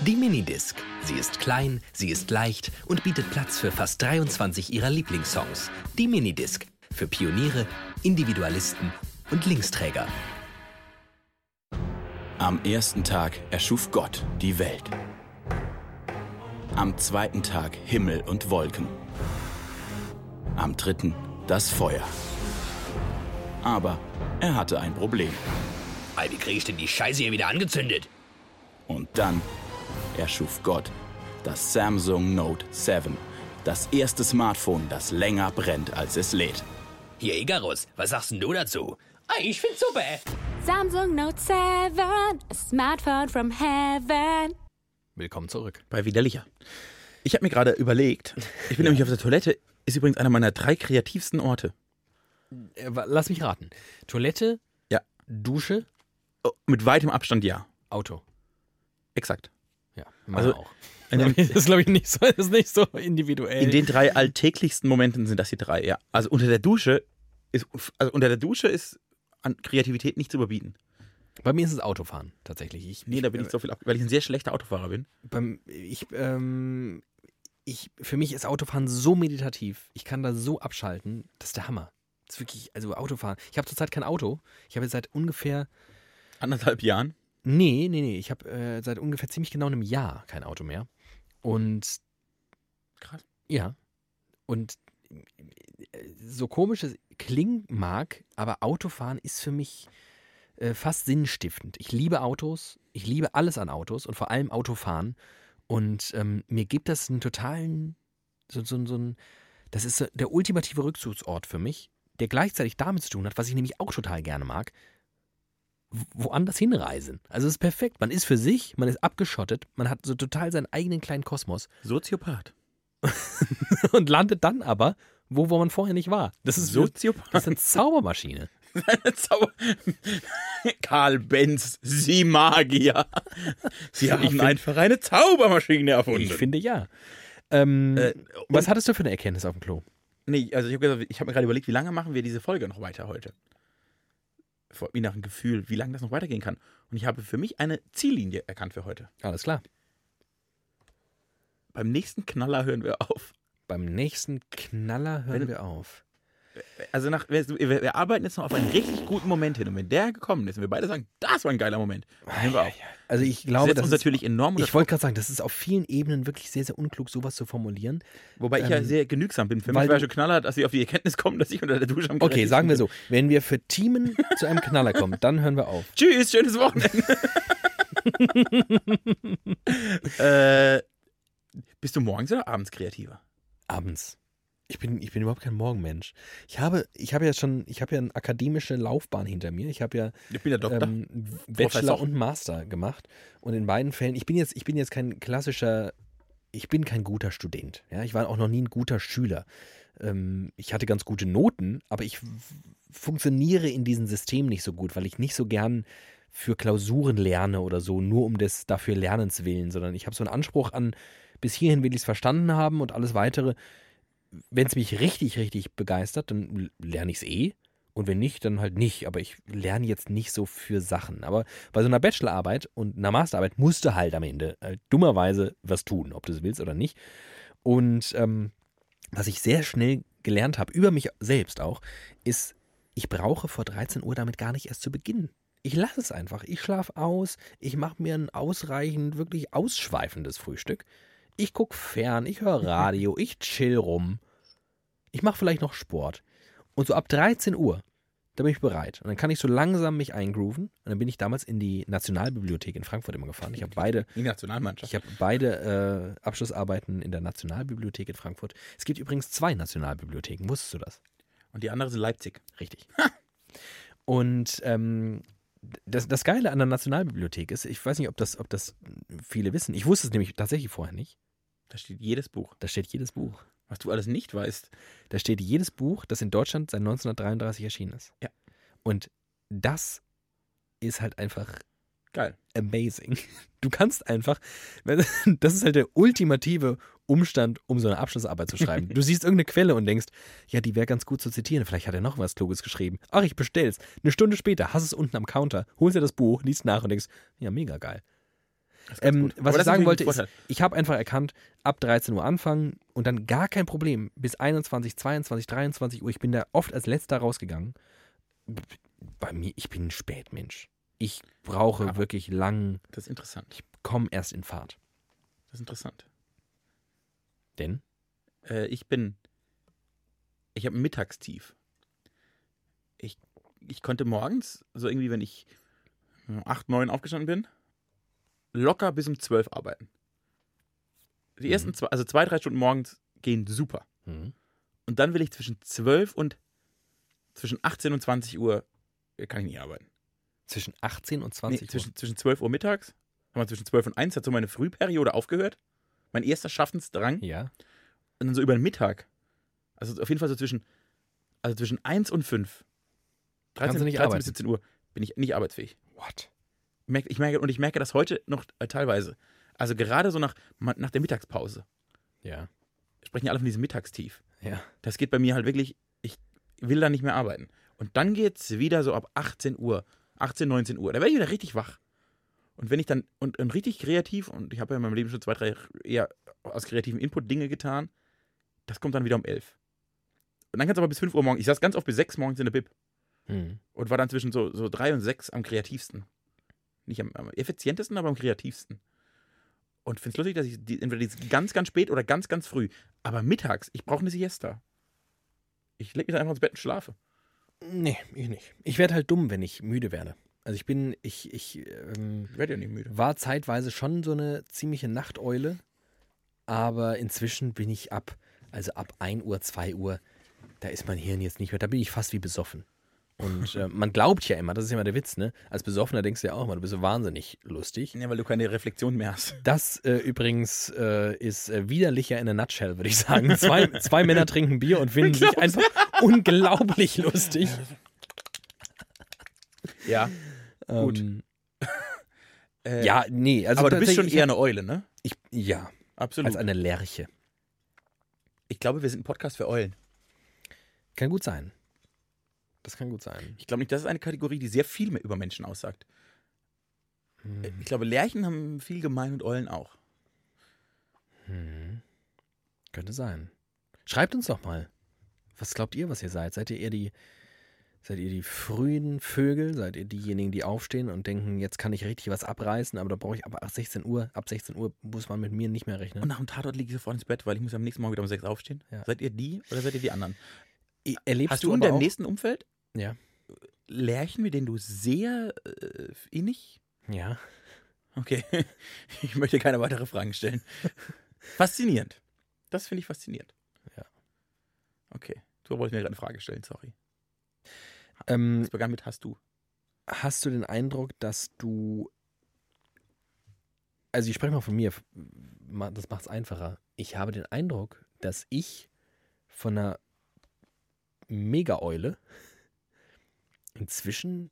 S5: Die Minidisc. Sie ist klein, sie ist leicht und bietet Platz für fast 23 ihrer Lieblingssongs. Die Minidisc. Für Pioniere, Individualisten und Linksträger.
S7: Am ersten Tag erschuf Gott die Welt. Am zweiten Tag Himmel und Wolken. Am dritten das Feuer. Aber er hatte ein Problem.
S5: Ei, wie krieg ich denn die Scheiße hier wieder angezündet?
S7: Und dann erschuf Gott das Samsung Note 7. Das erste Smartphone, das länger brennt, als es lädt.
S5: Hier, Icarus, was sagst denn du dazu? Ei, ich find's super.
S1: Äh,
S3: Samsung Note 7, a smartphone from heaven.
S1: Willkommen zurück.
S2: Bei Widerlicher. Ich habe mir gerade überlegt, <laughs> ich bin nämlich auf der Toilette, ist übrigens einer meiner drei kreativsten Orte.
S1: Äh, wa- lass mich raten. Toilette,
S2: Ja.
S1: Dusche,
S2: Oh, mit weitem Abstand ja.
S1: Auto.
S2: Exakt.
S1: Ja,
S2: Also,
S1: auch.
S2: In, dem,
S1: Das <laughs> ist, glaube ich, nicht so, das ist nicht so individuell.
S2: in den drei alltäglichsten Momenten sind das die drei, ja. Also unter der Dusche ist, also unter der Dusche ist an Kreativität nicht zu überbieten.
S1: Bei mir ist es Autofahren tatsächlich. Ich,
S2: Nee, da bin ich so viel ab, weil ich ein sehr schlechter Autofahrer bin.
S1: beim, ich, ähm, ich, für mich ist Autofahren so meditativ. Ich kann da so abschalten. Das ist der Hammer. Das ist wirklich, also Autofahren. Ich habe zurzeit kein Auto. Ich habe jetzt seit ungefähr,
S2: Anderthalb Jahren.
S1: nee, nee, nee, ich habe äh, seit ungefähr ziemlich genau einem Jahr kein Auto mehr. Und
S2: Krass.
S1: ja, und äh, so komisch es klingen mag, aber Autofahren ist für mich äh, fast sinnstiftend. Ich liebe Autos, ich liebe alles an Autos und vor allem Autofahren. Und ähm, mir gibt das einen totalen, so, so, so ein, das ist so der ultimative Rückzugsort für mich, der gleichzeitig damit zu tun hat, was ich nämlich auch total gerne mag, wo- woanders hinreisen. Also es ist perfekt. Man ist für sich, man ist abgeschottet, man hat so total seinen eigenen kleinen Kosmos <laughs>
S2: Soziopath.
S1: und landet dann aber wo, wo man vorher nicht war. Das ist, das ist
S2: Soziopath.
S1: eine
S2: <laughs>
S1: Zaubermaschine.
S2: Zauber- Karl Benz, Sie Magier. Sie haben einfach eine Zaubermaschine erfunden.
S1: Ich finde ja. Ähm,
S2: Äh,
S1: was hattest du für eine Erkenntnis auf dem Klo?
S2: Nee, also ich habe hab mir gerade überlegt, wie lange machen wir diese Folge noch weiter heute? vor- wie nach einem Gefühl, wie lange das noch weitergehen kann. Und ich habe für mich eine Ziellinie erkannt für heute.
S1: Alles klar.
S2: Beim nächsten Knaller hören wir auf.
S1: Beim nächsten Knaller hören wir auf.
S2: Also nach, wir, wir wir arbeiten jetzt noch auf einen richtig guten Moment hin. Und wenn der gekommen ist und wir beide sagen, das war ein geiler Moment, dann hören wir auf.
S1: Also ich
S2: Das
S1: glaube,
S2: setzt
S1: das
S2: uns
S1: ist,
S2: natürlich um, enorm unter
S1: ich wollte gerade sagen, das ist auf vielen Ebenen wirklich sehr, sehr unklug, sowas zu formulieren.
S2: Wobei ich ja
S1: Ähm,
S2: sehr genügsam bin. Für
S1: weil
S2: mich war
S1: du-
S2: schon Knaller, dass sie auf die Erkenntnis kommen, dass ich unter der Dusche am
S1: Okay,
S2: kreativsten
S1: sagen wir
S2: bin.
S1: so, wenn wir für Teamen zu einem Knaller kommen, dann hören wir auf.
S2: Tschüss, schönes
S1: <laughs>
S2: Wochenende. <laughs> äh, bist du morgens oder abends kreativer?
S1: Abends. Ich bin, ich bin überhaupt kein Morgenmensch. Ich habe, ich habe ja schon, ich habe ja eine akademische Laufbahn hinter mir. Ich habe ja
S2: Ich bin der Doktor.
S1: ähm, Bachelor
S2: Professor.
S1: und Master gemacht. Und in beiden Fällen, ich bin jetzt, ich bin jetzt kein klassischer, ich bin kein guter Student. Ja? Ich war auch noch nie ein guter Schüler. Ähm, ich hatte ganz gute Noten, aber ich f- funktioniere in diesem System nicht so gut, weil ich nicht so gern für Klausuren lerne oder so, nur um des dafür Lernens willen, sondern ich habe so einen Anspruch an, bis hierhin will ich es verstanden haben und alles weitere. Wenn es mich richtig, richtig begeistert, dann l- lerne ich es eh. Und wenn nicht, dann halt nicht. Aber ich lerne jetzt nicht so für Sachen. Aber bei so einer Bachelorarbeit und einer Masterarbeit musst du halt am Ende äh, dummerweise was tun, ob du es willst oder nicht. Und ähm, was ich sehr schnell gelernt habe, über mich selbst auch, ist, ich brauche vor 13 Uhr damit gar nicht erst zu beginnen. Ich lasse es einfach. Ich schlafe aus. Ich mache mir ein ausreichend, wirklich ausschweifendes Frühstück. Ich gucke fern, ich höre Radio, ich chill rum. Ich mache vielleicht noch Sport. Und so ab 13 Uhr, da bin ich bereit. Und dann kann ich so langsam mich eingrooven. Und dann bin ich damals in die Nationalbibliothek in Frankfurt immer gefahren. Ich habe beide
S2: Die Nationalmannschaft.
S1: ich habe beide äh, Abschlussarbeiten in der Nationalbibliothek in Frankfurt. Es gibt übrigens zwei Nationalbibliotheken, wusstest du das?
S2: Und die andere ist in Leipzig.
S1: Richtig. Und ähm, das, das Geile an der Nationalbibliothek ist, ich weiß nicht, ob das, ob das viele wissen. Ich wusste es nämlich tatsächlich vorher nicht.
S2: Da steht jedes Buch.
S1: Da steht jedes Buch.
S2: Was du alles nicht weißt.
S1: Da steht jedes Buch, das in Deutschland seit 1933 erschienen ist.
S2: Ja.
S1: Und das ist halt einfach
S2: Geil.
S1: amazing. Du kannst einfach, <laughs> das ist halt der ultimative Umstand, um so eine Abschlussarbeit zu schreiben. Du siehst irgendeine Quelle und denkst, ja, die wäre ganz gut zu zitieren. Vielleicht hat er noch was Kluges geschrieben. Ach, ich bestell's. Eine Stunde später hast es unten am Counter, holst dir das Buch, liest nach und denkst, ja, mega geil. Ähm,
S2: gut. Aber
S1: was
S2: das
S1: ich
S2: ist
S1: sagen
S2: natürlich
S1: wollte,
S2: ein
S1: ist,
S2: Vorteil.
S1: ich habe einfach erkannt, ab 13 Uhr anfangen und dann gar kein Problem bis 21, 22, 23 Uhr. Ich bin da oft als letzter rausgegangen. Bei mir, ich bin ein Spätmensch. Ich brauche
S2: Aber-
S1: wirklich lang
S2: Das ist interessant.
S1: komm erst in Fahrt.
S2: Das ist interessant.
S1: Denn?
S2: Äh, ich bin. Ich habe ein Mittagstief. Ich, ich konnte morgens, so irgendwie, wenn ich um acht neun aufgestanden bin, locker bis um zwölf arbeiten. Die
S1: Mhm.
S2: ersten zwei, also zwei, drei Stunden morgens gehen super.
S1: Hm.
S2: Und dann will ich zwischen 12 und zwischen 18 und 20 Uhr äh, kann ich nicht arbeiten.
S1: Zwischen 18 und
S2: Nee,
S1: 20 Uhr.
S2: zwischen, zwischen 12 Uhr mittags, haben wir zwischen 12 und 1 hat so meine Frühperiode aufgehört. Mein erster Schaffensdrang.
S1: Ja.
S2: Und dann so über den Mittag. Also auf jeden Fall so zwischen, also zwischen 1 und 5. 13,
S1: Kannst du nicht
S2: 13
S1: arbeiten.
S2: bis 17 Uhr bin ich nicht arbeitsfähig.
S1: What?
S2: Ich merke, ich merke, und ich merke das heute noch äh, teilweise. Also gerade so nach, nach der Mittagspause.
S1: Ja.
S2: Sprechen ja alle von diesem Mittagstief.
S1: Ja.
S2: Das geht bei mir halt wirklich, ich will da nicht mehr arbeiten. Und dann geht's wieder so ab 18 Uhr, 18, 19 Uhr. Da werde ich wieder richtig wach. Und wenn ich dann, und, und richtig kreativ, und ich habe ja in meinem Leben schon zwei, drei eher aus kreativem Input Dinge getan, das kommt dann wieder um 11. Und dann kannst du aber bis 5 Uhr morgens, ich saß ganz oft bis 6 morgens in der Bib
S1: Hm.
S2: und war dann zwischen so, so 3 und 6 am kreativsten. Nicht am, am effizientesten, aber am kreativsten. Und finde es lustig, dass ich die, entweder die ganz, ganz spät oder ganz, ganz früh, aber mittags, ich brauche eine Siesta. Ich lege mich dann einfach ins Bett und schlafe.
S1: Nee, ich nicht. Ich werde halt dumm, wenn ich müde werde. Also ich bin, ich, ich ähm,
S2: Ich werde ja nicht müde.
S1: war zeitweise schon so eine ziemliche Nachteule, aber inzwischen bin ich ab, also ab 1 Uhr, 2 Uhr, da ist mein Hirn jetzt nicht mehr, da bin ich fast wie besoffen. <laughs> Und äh, man glaubt ja immer, das ist ja immer der Witz, ne? Als Besoffener denkst du ja auch immer, du bist so wahnsinnig lustig.
S2: Ja, weil du keine Reflexion mehr hast.
S1: Das äh, übrigens äh, ist äh, widerlicher in a nutshell, würde ich sagen. Zwei, zwei Männer trinken Bier und finden sich einfach unglaublich lustig.
S2: <laughs> Ja. Gut.
S1: Ähm,
S2: Äh,
S1: ja, nee. Also
S2: aber du bist schon
S1: tatsächlich-
S2: eher eine Eule, ne?
S1: Ich, ja,
S2: Absolut.
S1: als eine Lerche.
S2: ich glaube, wir sind ein Podcast für Eulen.
S1: Kann gut sein. Das kann gut sein.
S2: Ich glaube nicht, das ist eine Kategorie, die sehr viel mehr über Menschen aussagt. Äh, Ich glaube, Lerchen haben viel gemein und Eulen auch.
S1: Hm. Könnte sein. Schreibt uns doch mal. Was glaubt ihr, was ihr seid? Seid ihr eher die, seid ihr die frühen Vögel? Seid ihr diejenigen, die aufstehen und denken, jetzt kann ich richtig was abreißen, aber da brauche ich ab 16 Uhr, ab 16 Uhr muss man mit mir nicht mehr rechnen.
S2: Und nach dem Tatort liege ich sofort ins Bett, weil ich muss am nächsten Morgen wieder um sechs aufstehen.
S1: Ja.
S2: Seid ihr die oder seid ihr die anderen?
S1: E- erlebst
S2: Hast du in
S1: aber
S2: deinem
S1: auch-
S2: nächsten Umfeld
S1: Ja.
S2: Lerchen, mit denen du sehr äh, innig?
S1: Ja.
S2: Okay, <laughs> ich möchte keine weitere Fragen stellen. <laughs> faszinierend. Das finde ich faszinierend.
S1: Ja.
S2: Okay, du wolltest mir gerade eine Frage stellen, sorry.
S1: Ähm,
S2: Es begann mit hast du.
S1: hast du den Eindruck, dass du. Also, ich spreche mal von mir, f- ma- das macht es einfacher. Ich habe den Eindruck, dass ich von einer Mega-Eule inzwischen.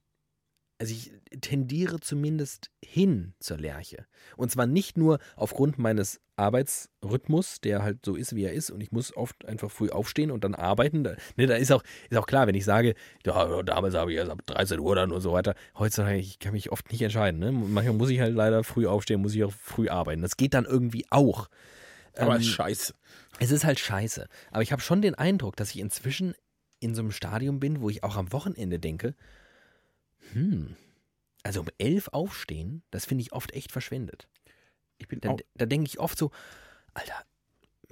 S1: Also, ich tendiere zumindest hin zur Lerche. Und zwar nicht nur aufgrund meines Arbeitsrhythmus, der halt so ist, wie er ist. Und ich muss oft einfach früh aufstehen und dann arbeiten. Da, ne, da ist auch, ist auch klar, wenn ich sage, ja, ja, damals habe ich erst ab 13 Uhr dann und so weiter. Heutzutage, ich kann mich oft nicht entscheiden. Ne? Manchmal muss ich halt leider früh aufstehen, muss ich auch früh arbeiten. Das geht dann irgendwie auch.
S2: Aber
S1: Ähm,
S2: scheiße.
S1: es ist halt scheiße. Aber ich habe schon den Eindruck, dass ich inzwischen in so einem Stadium bin, wo ich auch am Wochenende denke, hm, also um elf aufstehen, das finde ich oft echt verschwendet.
S2: Ich bin
S1: Da,
S2: auch,
S1: da denke ich oft so, Alter,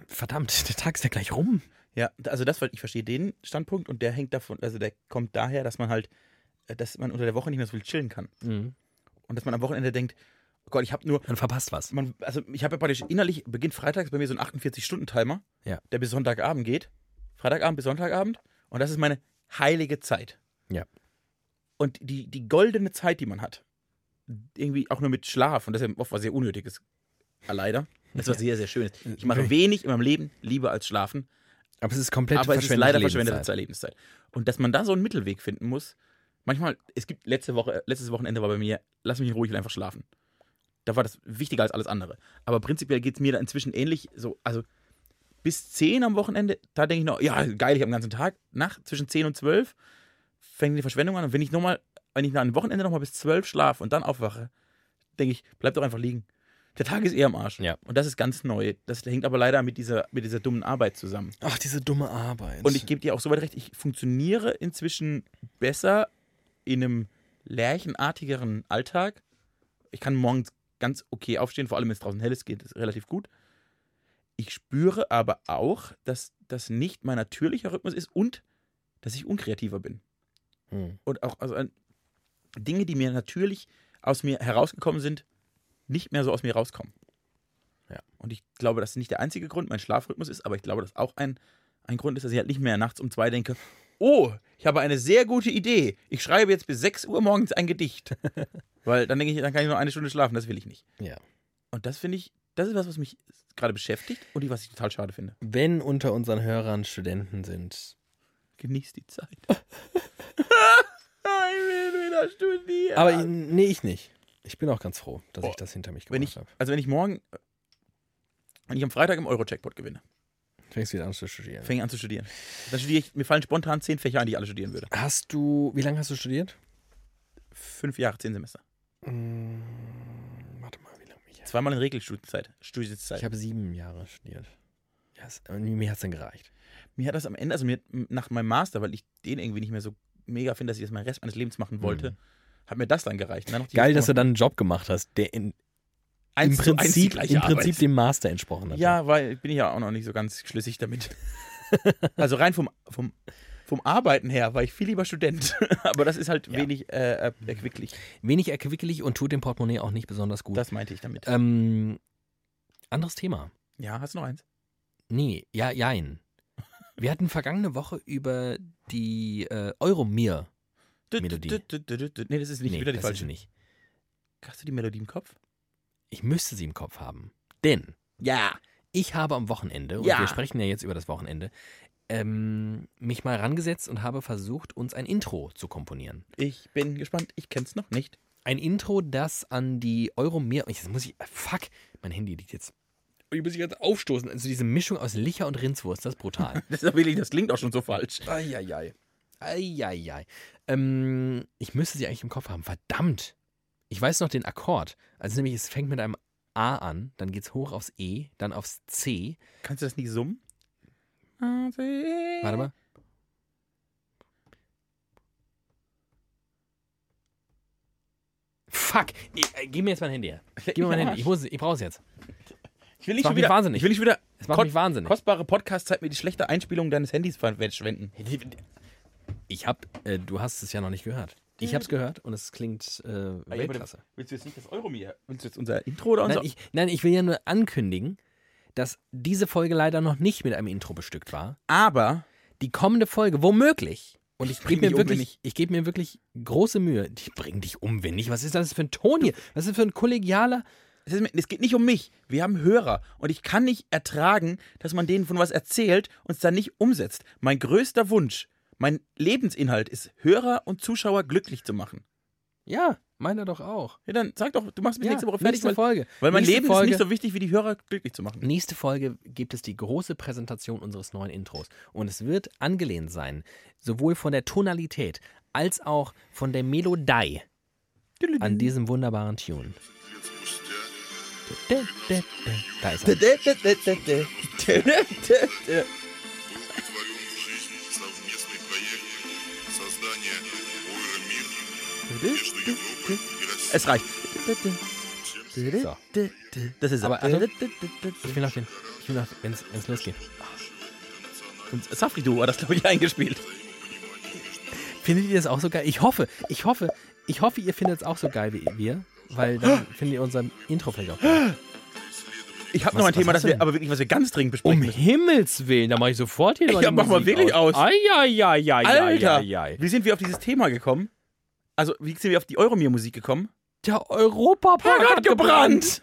S1: verdammt, der Tag ist ja gleich rum.
S2: ja, also das, ich verstehe den Standpunkt und der hängt davon, also der kommt daher, dass man halt, äh, dass man unter der Woche nicht mehr so viel chillen kann.
S1: Mhm.
S2: Und dass man am Wochenende denkt, oh Gott, ich habe nur,
S1: Man verpasst was.
S2: man, also ich habe ja praktisch innerlich, beginnt freitags bei mir so ein 48-Stunden-Timer,
S1: Ja.
S2: der bis Sonntagabend geht. Freitagabend bis Sonntagabend. Und das ist meine heilige Zeit.
S1: Ja.
S2: Und die, die goldene Zeit, die man hat, irgendwie auch nur mit Schlaf, und das ist ja oft was sehr Unnötiges, Ah, leider. Das ist was sehr, sehr Schönes. Ich mache wenig in meinem Leben lieber als schlafen,
S1: Aber es ist komplett
S2: aber es ist leider verschwendete
S1: Lebenszeit.
S2: Zeit. Lebenszeit. Und dass man da so einen Mittelweg finden muss, manchmal, es gibt letzte Woche, letztes Wochenende war bei mir, lass mich in Ruhe, ich will einfach schlafen. Da war das wichtiger als alles andere. Aber prinzipiell geht es mir da inzwischen ähnlich, so, also bis 10 am Wochenende, da denke ich noch, ja, geil, ich habe den ganzen Tag. Nach zwischen 10 und 12 fängt die Verschwendung an. Und wenn ich nochmal, wenn ich nach einem Wochenende nochmal bis 12 schlafe und dann aufwache, denke ich, bleib doch einfach liegen. Der Tag ist eher am Arsch.
S1: Ja.
S2: Und das ist ganz neu. Das hängt aber leider mit dieser, mit dieser dummen Arbeit zusammen.
S1: Ach, diese dumme Arbeit.
S2: Und ich gebe dir auch soweit recht, ich funktioniere inzwischen besser in einem lärchenartigeren Alltag. Ich kann morgens ganz okay aufstehen, vor allem wenn es draußen hell ist, geht es relativ gut. Ich spüre aber auch, dass das nicht mein natürlicher Rhythmus ist und dass ich unkreativer bin.
S1: Hm.
S2: Und auch also, äh, Dinge, die mir natürlich aus mir herausgekommen sind, nicht mehr so aus mir rauskommen.
S1: Ja.
S2: Und ich glaube, das ist nicht der einzige Grund, mein Schlafrhythmus ist, aber ich glaube, dass auch ein, ein Grund ist, dass ich halt nicht mehr nachts um zwei denke, oh, ich habe eine sehr gute Idee. Ich schreibe jetzt bis 6 Uhr morgens
S1: <laughs>
S2: ein Gedicht. Weil dann denke ich, dann kann ich nur eine Stunde schlafen, das will ich nicht.
S1: Ja.
S2: Und das finde ich, das ist was, was mich gerade beschäftigt und was ich total schade finde.
S1: Wenn unter unseren Hörern Studenten sind.
S2: Genieß
S1: <laughs>
S2: die Zeit. <laughs> ich will wieder studieren.
S1: Aber ich- nee, ich nicht. Ich bin auch ganz froh, dass ich
S2: Boah,
S1: das hinter mich
S2: wenn
S1: gebracht
S2: ich,
S1: habe.
S2: also wenn ich morgen, wenn ich am Freitag im Euro-Jackpot gewinne,
S1: Fängst wieder an zu studieren.
S2: fange ich an zu studieren. Dann studiere ich, mir fallen spontan zehn Fächer ein, die ich alle studieren würde.
S1: Hast du, wie lange hast du studiert?
S2: Fünf Jahre, zehn Semester. Mm,
S1: Warte mal, wie lange bin ich jetzt?
S2: Zweimal in Regelstudienzeit. Studienzeit.
S1: Ich habe sieben Jahre studiert. Ja, es- und mir hat es dann gereicht.
S2: mir hat das am Ende, also mir, nach meinem Master, weil ich den irgendwie nicht mehr so mega finde, dass ich das meinen Rest meines Lebens machen wollte, hat mir das dann gereicht. Und Dann noch die-
S1: Mhm. Geil, dass du dann einen Job gemacht hast, der in, im
S2: eins zu eins die
S1: Prinzip,
S2: gleiche
S1: im Prinzip
S2: Arbeit.
S1: dem Master entsprochen hat.
S2: Ja, weil bin ich ja auch noch nicht so ganz schlüssig
S1: <laughs>
S2: damit. also rein vom, vom, vom Arbeiten her war ich viel lieber Student. <laughs> Aber das ist halt wenig äh, äh, erquicklich.
S1: Wenig erquicklich und tut dem Portemonnaie auch nicht besonders gut.
S2: Das meinte ich damit.
S1: ähm, anderes Thema.
S2: Ja, hast du noch eins?
S1: Nee, ja,
S2: <laughs>
S1: jein. Wir hatten vergangene Woche über die äh, Euromir.
S2: Du- du-
S1: Melodie.
S2: du- du- du- du- Nee, das ist nicht
S1: nee,
S2: wieder die
S1: das ist
S2: falsche.
S1: sie nicht.
S2: Hast du die Melodie im Kopf?
S1: Ich müsste sie im Kopf haben. Denn
S2: Ja.
S1: ich habe am Wochenende, und
S2: Ja.
S1: wir sprechen ja jetzt über das Wochenende, ähm, mich mal rangesetzt und habe versucht, uns ein Intro zu komponieren.
S2: Ich bin gespannt. Ich kenn's noch nicht.
S1: Ein Intro, das an die Euromir. Jetzt muss ich. äh, Fuck, mein Handy liegt jetzt. Ich muss ich jetzt aufstoßen. <laughs> Also diese Mischung aus Licher und Rindswurst, <laughs> das ist brutal.
S2: Das, ist doch wirklich, das klingt auch schon so falsch.
S1: Eieiei. Eieiei. Ähm, ich müsste sie eigentlich im Kopf haben. Verdammt. Ich weiß noch den Akkord. Also nämlich, es fängt mit einem A an, dann geht's hoch aufs E, dann aufs C.
S2: Kannst du das nicht summen?
S1: Warte
S2: Warte
S1: mal. Fuck. Ich, äh, gib mir jetzt mein Handy her. Gib mir mein Handy. Ich, muss- ich brauche es jetzt.
S2: Ich will nicht
S1: Das macht
S2: schon
S1: mich
S2: wieder,
S1: wahnsinnig.
S2: Ich will nicht wieder
S1: Das macht
S2: kot-
S1: mich wahnsinnig.
S2: kostbare Podcast-Zeit mit die schlechte Einspielung deines Handys verschwenden.
S1: Ich hab, äh, du hast es ja noch nicht gehört.
S2: Äh.
S1: Ich hab's gehört und es klingt
S2: Ah,
S1: äh, Weltklasse.
S2: Willst du jetzt nicht das Euro mir? Willst du jetzt unser Intro oder
S1: Nein
S2: unser
S1: ich, nein, ich will ja nur ankündigen, dass diese Folge leider noch nicht mit einem Intro bestückt war.
S2: Aber
S1: Die kommende Folge, womöglich. Und ich
S2: bring
S1: gebe mir,
S2: dich um, wenn
S1: wirklich, ich geb mir wirklich große Mühe. Ich bring dich um, wenn nicht. Was ist das für ein Ton hier? Was ist das für ein kollegialer.
S2: es, ist, mir- es geht nicht um mich. Wir haben Hörer und ich kann nicht ertragen, dass man denen von was erzählt und es dann nicht umsetzt. Mein größter Wunsch, mein Lebensinhalt ist, Hörer und Zuschauer glücklich zu machen.
S1: Ja, meiner doch auch.
S2: Ja, dann sag doch, du machst mich
S1: Ja,
S2: nächste Woche fertig,
S1: nächste
S2: weil,
S1: Folge.
S2: weil mein
S1: Nächste
S2: Leben
S1: Folge.
S2: ist nicht so wichtig wie die Hörer glücklich zu machen.
S1: Nächste Folge gibt es die große Präsentation unseres neuen Intros. Und es wird angelehnt sein, sowohl von der Tonalität als auch von der Melodie an diesem wunderbaren Tune. Da ist er.
S8: Удовлетворен в жизни совместный проект создания Ойра Мир между Европой и Россией.
S2: Es reicht.
S1: So.
S2: Das ist
S1: Aber,
S2: es.
S1: also- Ich will noch den, ich will noch, wenn es losgeht.
S2: Und Safri Duo war das, glaube ich, eingespielt.
S1: Findet ihr das auch so geil? Ich hoffe, ich hoffe, ich hoffe, ihr findet es auch so geil wie wir, weil <gasps> dann findet ihr unser Intro vielleicht auch. geil.
S2: Ich habe noch ein
S1: was hast
S2: Thema, das
S1: du
S2: wir,
S1: denn?
S2: aber wirklich, was wir ganz dringend besprechen
S1: Um
S2: müssen.
S1: Himmels Willen, da mache ich sofort hier
S2: Ja,
S1: die
S2: mach mal
S1: Musik
S2: wirklich aus.
S1: Eieieiei.
S2: Alter,
S1: eieiei.
S2: wie sind wir auf dieses Thema gekommen? Also, wie sind wir auf die Euromir-Musik gekommen?
S1: Der Europapark hat gebrannt.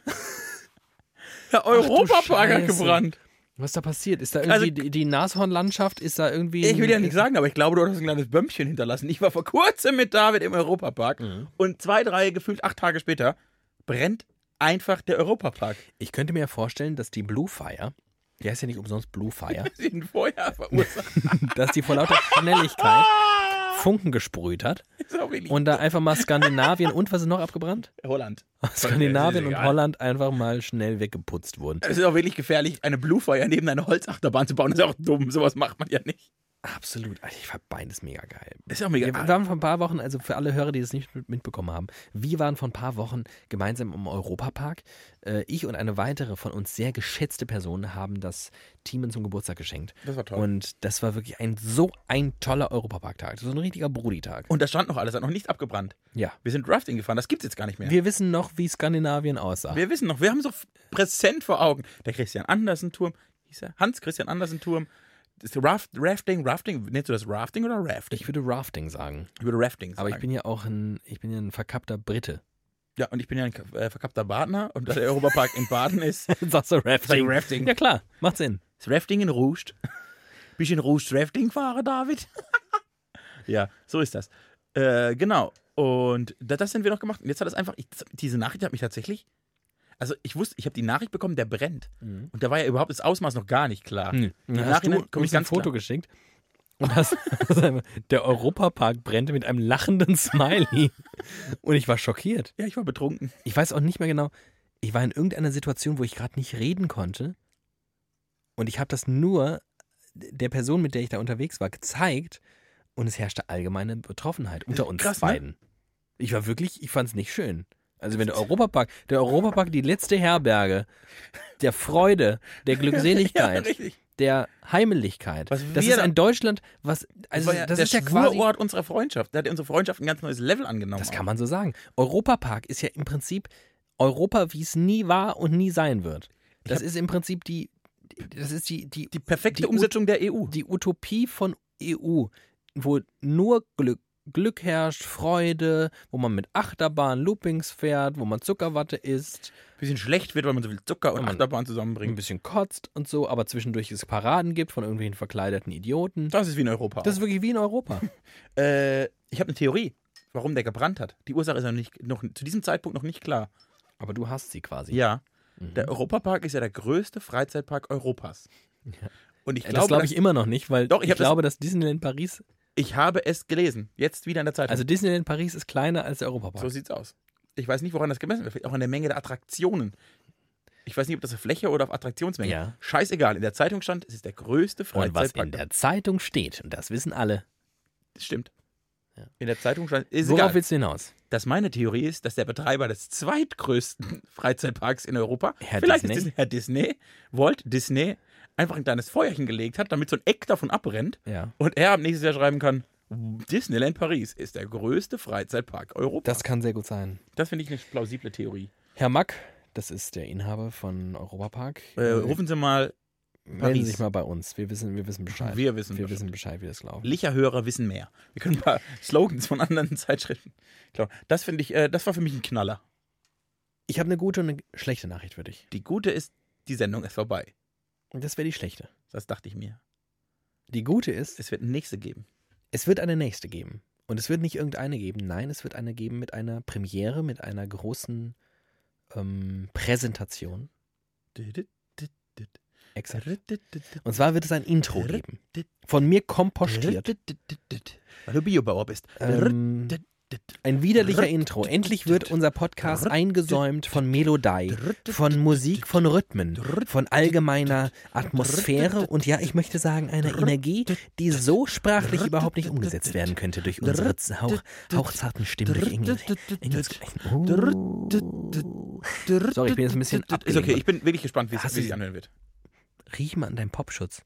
S2: <laughs> Der Europapark hat
S1: Scheiße.
S2: gebrannt.
S1: Was ist da passiert? Ist da
S2: Also-
S1: irgendwie die- die Nashornlandschaft? Ist da irgendwie.
S2: Ich will ja
S1: ein-
S2: nicht sagen, aber ich glaube, du hast ein kleines Bömmchen hinterlassen. Ich war vor kurzem mit David im Europapark
S1: Mhm.
S2: und zwei, drei, gefühlt acht Tage später brennt einfach der Europapark.
S1: Ich könnte mir ja vorstellen, dass die Blue Fire, die heißt ja nicht umsonst Blue Fire,
S2: Sie sind Feuer verursacht.
S1: <laughs> dass die vor lauter Schnelligkeit Funken gesprüht hat
S2: Sorry,
S1: und da einfach mal Skandinavien und was ist noch abgebrannt?
S2: Holland.
S1: Skandinavien
S2: Das ist
S1: und
S2: egal.
S1: Holland einfach mal schnell weggeputzt wurden.
S2: Es ist auch wirklich gefährlich, eine Bluefire neben einer Holzachterbahn zu bauen. Das ist auch dumm. Sowas macht man ja nicht.
S1: Absolut. Alter, ich fand beides mega geil.
S2: Das ist auch
S1: Wir waren vor ein paar Wochen, also für alle Hörer, die das nicht mit- mitbekommen haben, wir waren vor ein paar Wochen gemeinsam im Europapark. Äh, Ich und eine weitere von uns sehr geschätzte Person haben das Teamen zum Geburtstag geschenkt.
S2: Das war toll.
S1: Und das war wirklich ein so ein toller Europaparktag. So ein richtiger Brudi-Tag.
S2: Und da stand noch alles, hat noch nichts abgebrannt.
S1: Ja.
S2: Wir sind Rafting gefahren, das gibt's jetzt gar nicht mehr.
S1: Wir wissen noch, wie Skandinavien aussah.
S2: Wir wissen noch, wir haben so präsent vor Augen. Der Christian Andersen-Turm, hieß er? Hans-Christian Andersen-Turm. Das Raft, Rafting, Rafting, nennst du das Rafting oder Rafting?
S1: Ich würde Rafting sagen.
S2: Ich würde Rafting sagen.
S1: Aber ich bin ja auch ein, ich bin ja ein verkappter Brite. <laughs>
S2: ja, und ich bin ja ein äh, verkappter Badner und da der Europapark in Baden ist,
S1: Sagst du Rafting?
S2: Sag Rafting.
S1: Ja klar, macht Sinn.
S2: ist Rafting in Rust. <laughs> Bist du in Rust Rafting fahre, David? <laughs> ja, so ist das. Äh, genau. Und das, das sind wir noch gemacht. Und jetzt hat es einfach, ich, das, diese Nachricht hat mich tatsächlich, also ich wusste, ich habe die Nachricht bekommen, der brennt. Und da war ja überhaupt das Ausmaß noch gar nicht klar.
S1: Hm. Dann
S2: Im
S1: Mhm. hast du
S2: Nachhinein komm
S1: uns ein Foto geschickt und hast, <laughs> hast einfach- der Europapark brennte mit einem lachenden Smiley. Und ich war schockiert.
S2: Ja, ich war betrunken.
S1: Ich weiß auch nicht mehr genau, ich war in irgendeiner Situation, wo ich gerade nicht reden konnte. Und ich habe das nur der Person, mit der ich da unterwegs war, gezeigt. Und es herrschte allgemeine Betroffenheit unter uns
S2: Krass, ne?
S1: beiden. Ich war wirklich, ich fand es nicht schön. Also wenn der Europapark, der Europapark die letzte Herberge der Freude,
S2: <laughs>
S1: der Glückseligkeit,
S2: richtig.
S1: der Heimeligkeit.
S2: Was
S1: das
S2: wir
S1: ist
S2: da-
S1: ein Deutschland, was also
S2: war ja
S1: das
S2: der
S1: ist ja quasi
S2: Schwurort unserer Freundschaft. Da hat unsere Freundschaft ein ganz neues Level angenommen.
S1: das kann man so sagen. Europapark ist ja im Prinzip Europa, wie es nie war und nie sein wird. Das ist im Prinzip die das ist die die,
S2: die perfekte
S1: die U-
S2: Umsetzung der E EU.
S1: die Utopie von EU, wo nur Glück Glück herrscht, Freude, wo man mit Achterbahn, Loopings fährt, wo man Zuckerwatte isst,
S2: bisschen schlecht wird, weil man so viel Zucker und
S1: Wenn man-
S2: Achterbahn
S1: ein
S2: zusammenbringt.
S1: bisschen kotzt und so, aber zwischendurch es Paraden gibt von irgendwelchen verkleideten Idioten.
S2: Das ist wie in Europa.
S1: Das ist wirklich wie in Europa.
S2: äh, ich habe eine Theorie, warum der gebrannt hat. Die Ursache ist noch nicht, noch, zu diesem Zeitpunkt noch nicht klar.
S1: <laughs> Aber du hast sie quasi.
S2: Ja,
S1: Mhm.
S2: der Europapark ist ja der größte Freizeitpark Europas. Und ich
S1: Äh, das
S2: glaube,
S1: glaube
S2: dass-
S1: ich immer noch nicht, weil
S2: Doch, ich
S1: ich,
S2: hab das-
S1: glaube, dass Disneyland Paris
S2: Ich habe es gelesen. Jetzt wieder in der Zeitung.
S1: Also Disneyland Paris ist kleiner als der Europapark.
S2: so sieht's aus. Ich weiß nicht, woran das gemessen wird. Vielleicht auch an der Menge der Attraktionen. Ich weiß nicht, ob das auf Fläche oder auf Attraktionsmenge.
S1: Ja.
S2: Scheißegal. In der Zeitung stand, es ist der größte
S1: und was in
S2: Freizeitpark.
S1: der Zeitung steht, und das wissen alle,
S2: Das Stimmt. In der Zeitung stand, ist
S1: worauf
S2: egal.
S1: willst du hinaus?
S2: dass meine Theorie ist, dass der Betreiber des zweitgrößten <laughs> Freizeitparks in Europa,
S1: Herr
S2: vielleicht
S1: Disney?
S2: Ist Disney, Herr Disney, Walt Disney, einfach ein kleines Feuerchen gelegt hat, damit so ein Eck davon abbrennt
S1: Ja.
S2: und er am nächsten Jahr schreiben kann, Disneyland Paris ist der größte Freizeitpark Europas.
S1: Das kann sehr gut sein.
S2: Das finde ich eine plausible Theorie.
S1: Herr Mack, das ist der Inhaber von Europapark. Äh,
S2: Äh, rufen Sie mal,
S1: Melden
S2: Paris.
S1: Sie sich mal bei uns. Wir wissen, wir wissen Bescheid.
S2: Wir wissen
S1: wir
S2: Bescheid.
S1: wissen Bescheid, wie das läuft.
S2: Licherhörer wissen mehr. Wir können ein paar <laughs> Slogans von anderen <laughs> Zeitschriften. Klar, das finde ich, äh, das war für mich ein Knaller.
S1: Ich habe eine gute und eine schlechte Nachricht für dich.
S2: Die gute ist, die Sendung ist vorbei.
S1: Und Das wäre die schlechte.
S2: Das dachte ich mir.
S1: Die gute ist,
S2: Es wird eine nächste geben.
S1: es wird eine nächste geben. Und es wird nicht irgendeine geben. Nein, es wird eine geben mit einer Premiere, mit einer großen ähm, Präsentation. Exakt. Und zwar wird es ein Intro geben. Von mir kompostiert.
S2: Weil du Biobauer bist.
S1: Ähm, ein widerlicher Intro. Endlich wird unser Podcast eingesäumt von Melodei, von Musik, von Rhythmen, von allgemeiner Atmosphäre und ja, ich möchte sagen, einer Energie, die so sprachlich überhaupt nicht umgesetzt werden könnte durch unsere z- hauch, hauchzarten Stimmen. Durch Engel, Engelsknechten. oh. Sorry, ich bin jetzt ein bisschen
S2: Ist okay, ich
S1: abgelenkt.
S2: bin wirklich gespannt, wie es
S1: Hast
S2: wie
S1: du-
S2: sie anhören wird.
S1: Riech mal an deinem Popschutz.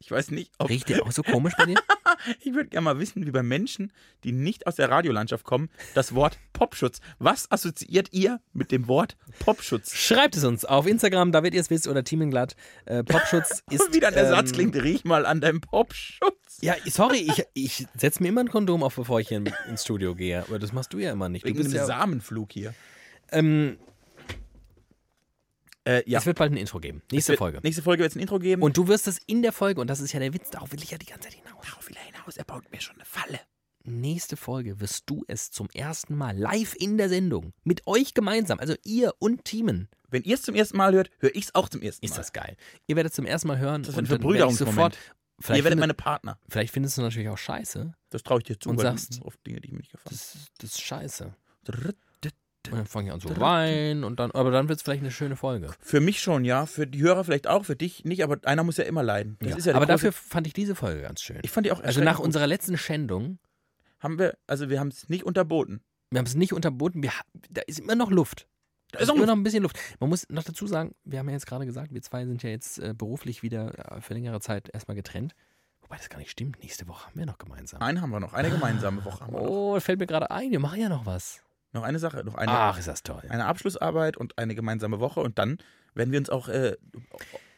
S2: Ich weiß nicht, ob
S1: Riecht der auch so komisch bei dir?
S2: <laughs> ich würde gerne mal wissen, wie bei Menschen, die nicht aus der Radiolandschaft kommen, das Wort Popschutz. Was assoziiert ihr mit dem Wort <laughs>
S1: <laughs>
S2: Popschutz?
S1: Schreibt es uns auf Instagram, da wird ihr es wisst, oder Teaminglatt. Äh, <laughs> Popschutz ist.
S2: Wieder der Satz
S1: ähm,
S2: klingt, riech mal an deinem Popschutz.
S1: Ja, sorry, ich, ich setze mir immer ein Kondom auf, bevor ich hier in- ins Studio gehe. Aber das machst du ja immer nicht. Du
S2: Wegen
S1: bist
S2: dem
S1: ja,
S2: Samenflug hier.
S1: ähm,
S2: Äh, ja.
S1: Es wird bald ein Intro geben. Nächste Folge.
S2: Nächste Folge wird es ein Intro geben.
S1: Und du wirst es in der Folge, und das ist ja der Witz, darauf will ich ja die ganze Zeit hinaus. Darauf will er hinaus, er baut mir schon eine Falle. Nächste Folge wirst du es zum ersten Mal live in der Sendung mit euch gemeinsam, also ihr und Teamen.
S2: wenn ihr es zum ersten Mal hört, höre ich es auch zum ersten Mal.
S1: Ist das geil. Ihr werdet es zum ersten Mal hören
S2: Das wird
S1: und
S2: ein
S1: dann werde ich
S2: Verbrüderungsmoment.
S1: sofort. Vielleicht,
S2: ihr werdet
S1: findet-
S2: meine Partner.
S1: vielleicht findest du natürlich auch scheiße.
S2: Das traue ich dir zu,
S1: Und
S2: weil
S1: sagst-
S2: du auf Dinge, die mir nicht gefallen.
S1: Das, ist- das ist scheiße.
S2: Dritte.
S1: Und dann fange ich an zu weinen und dann, aber dann wird es vielleicht eine schöne Folge.
S2: Für mich schon, ja. Für die Hörer vielleicht auch, für dich nicht, aber einer muss ja immer leiden. Das
S1: Ja,
S2: ist ja der
S1: aber
S2: große-
S1: dafür fand ich diese Folge ganz schön.
S2: Ich fand die auch
S1: also nach
S2: erschreckend
S1: unserer letzten Schändung,
S2: gut. haben wir, also wir haben es nicht unterboten.
S1: wir haben es nicht unterboten, wir, ha- da ist immer noch Luft. Da
S2: ist
S1: ist
S2: noch
S1: immer noch ein bisschen Luft. Man muss noch dazu sagen, wir haben ja jetzt gerade gesagt, wir zwei sind ja jetzt äh, beruflich wieder äh, für längere Zeit erstmal getrennt. Wobei das gar nicht stimmt. Nächste Woche haben wir noch gemeinsam.
S2: Einen haben wir noch, eine gemeinsame Woche haben wir noch.
S1: Ah. Oh, fällt mir gerade ein, wir machen ja noch was.
S2: Noch eine Sache, noch eine,
S1: Ach, ist das toll.
S2: eine Abschlussarbeit und eine gemeinsame Woche und dann werden wir uns auch äh,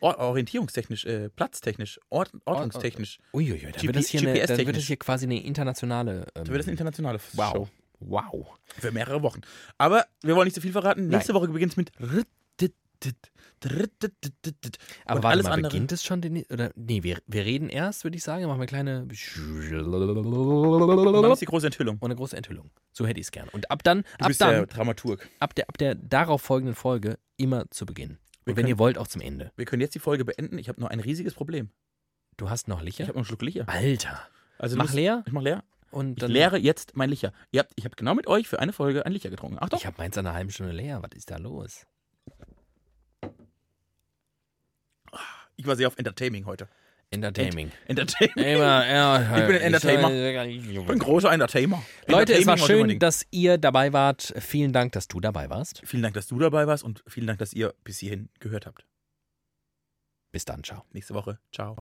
S2: or- orientierungstechnisch, äh, platztechnisch, ort ordnungstechnisch.
S1: Uiuiui, dann wird das hier, eine,
S2: GPS
S1: dann wird das
S2: technisch.
S1: hier quasi eine internationale. Ähm,
S2: Da wird das eine internationale
S1: wow.
S2: Show
S1: Wow.
S2: für mehrere Wochen. Aber wir wollen nicht zu viel verraten. Nächste Woche beginnt es mit Rittittit, Rittittit.
S1: Aber
S2: Und
S1: warte
S2: alles
S1: mal,
S2: andere-
S1: beginnt es schon? Den, oder, nee, wir, wir reden erst, würde ich sagen. Machen wir eine kleine.
S2: Und dann ist
S1: Und
S2: die große Enthüllung.
S1: eine große Enthüllung. So hätte ich es gern. Und ab dann,
S2: Du
S1: ab
S2: bist der
S1: dann,
S2: Dramaturg.
S1: ab der, ab der darauf folgenden Folge immer zu Beginn.
S2: Wir
S1: Und wenn
S2: können-
S1: ihr wollt, auch zum Ende.
S2: Wir können jetzt die Folge beenden. Ich habe nur ein riesiges Problem.
S1: Du hast noch
S2: Ich
S1: Licher?
S2: habe noch einen Schluck Licher.
S1: Alter.
S2: Also du
S1: Mach
S2: musst-
S1: leer
S2: Ich mach leer.
S1: und
S2: Ich
S1: dann.
S2: leere jetzt mein Licher. Ihr habt, ich habe genau mit euch für eine Folge ein Licher getrunken. Achtung.
S1: Ich habe meins an einer halben Stunde leer. Was ist da los?
S2: Ich war sehr auf Entertaining heute.
S1: Entertaining.
S2: Entertaining. <laughs>
S1: Immer, ja, halt.
S2: Ich bin ein Ich bin ein
S1: Entertainer.
S2: großer Entertainer.
S1: Leute, es war
S2: Entertaining immer
S1: schön,
S2: Ding.
S1: dass ihr dabei wart. Vielen Dank, dass du dabei warst.
S2: Vielen Dank, dass du dabei warst und vielen Dank, dass ihr bis hierhin gehört habt.
S1: Bis dann, ciao.
S2: Nächste Woche. Ciao.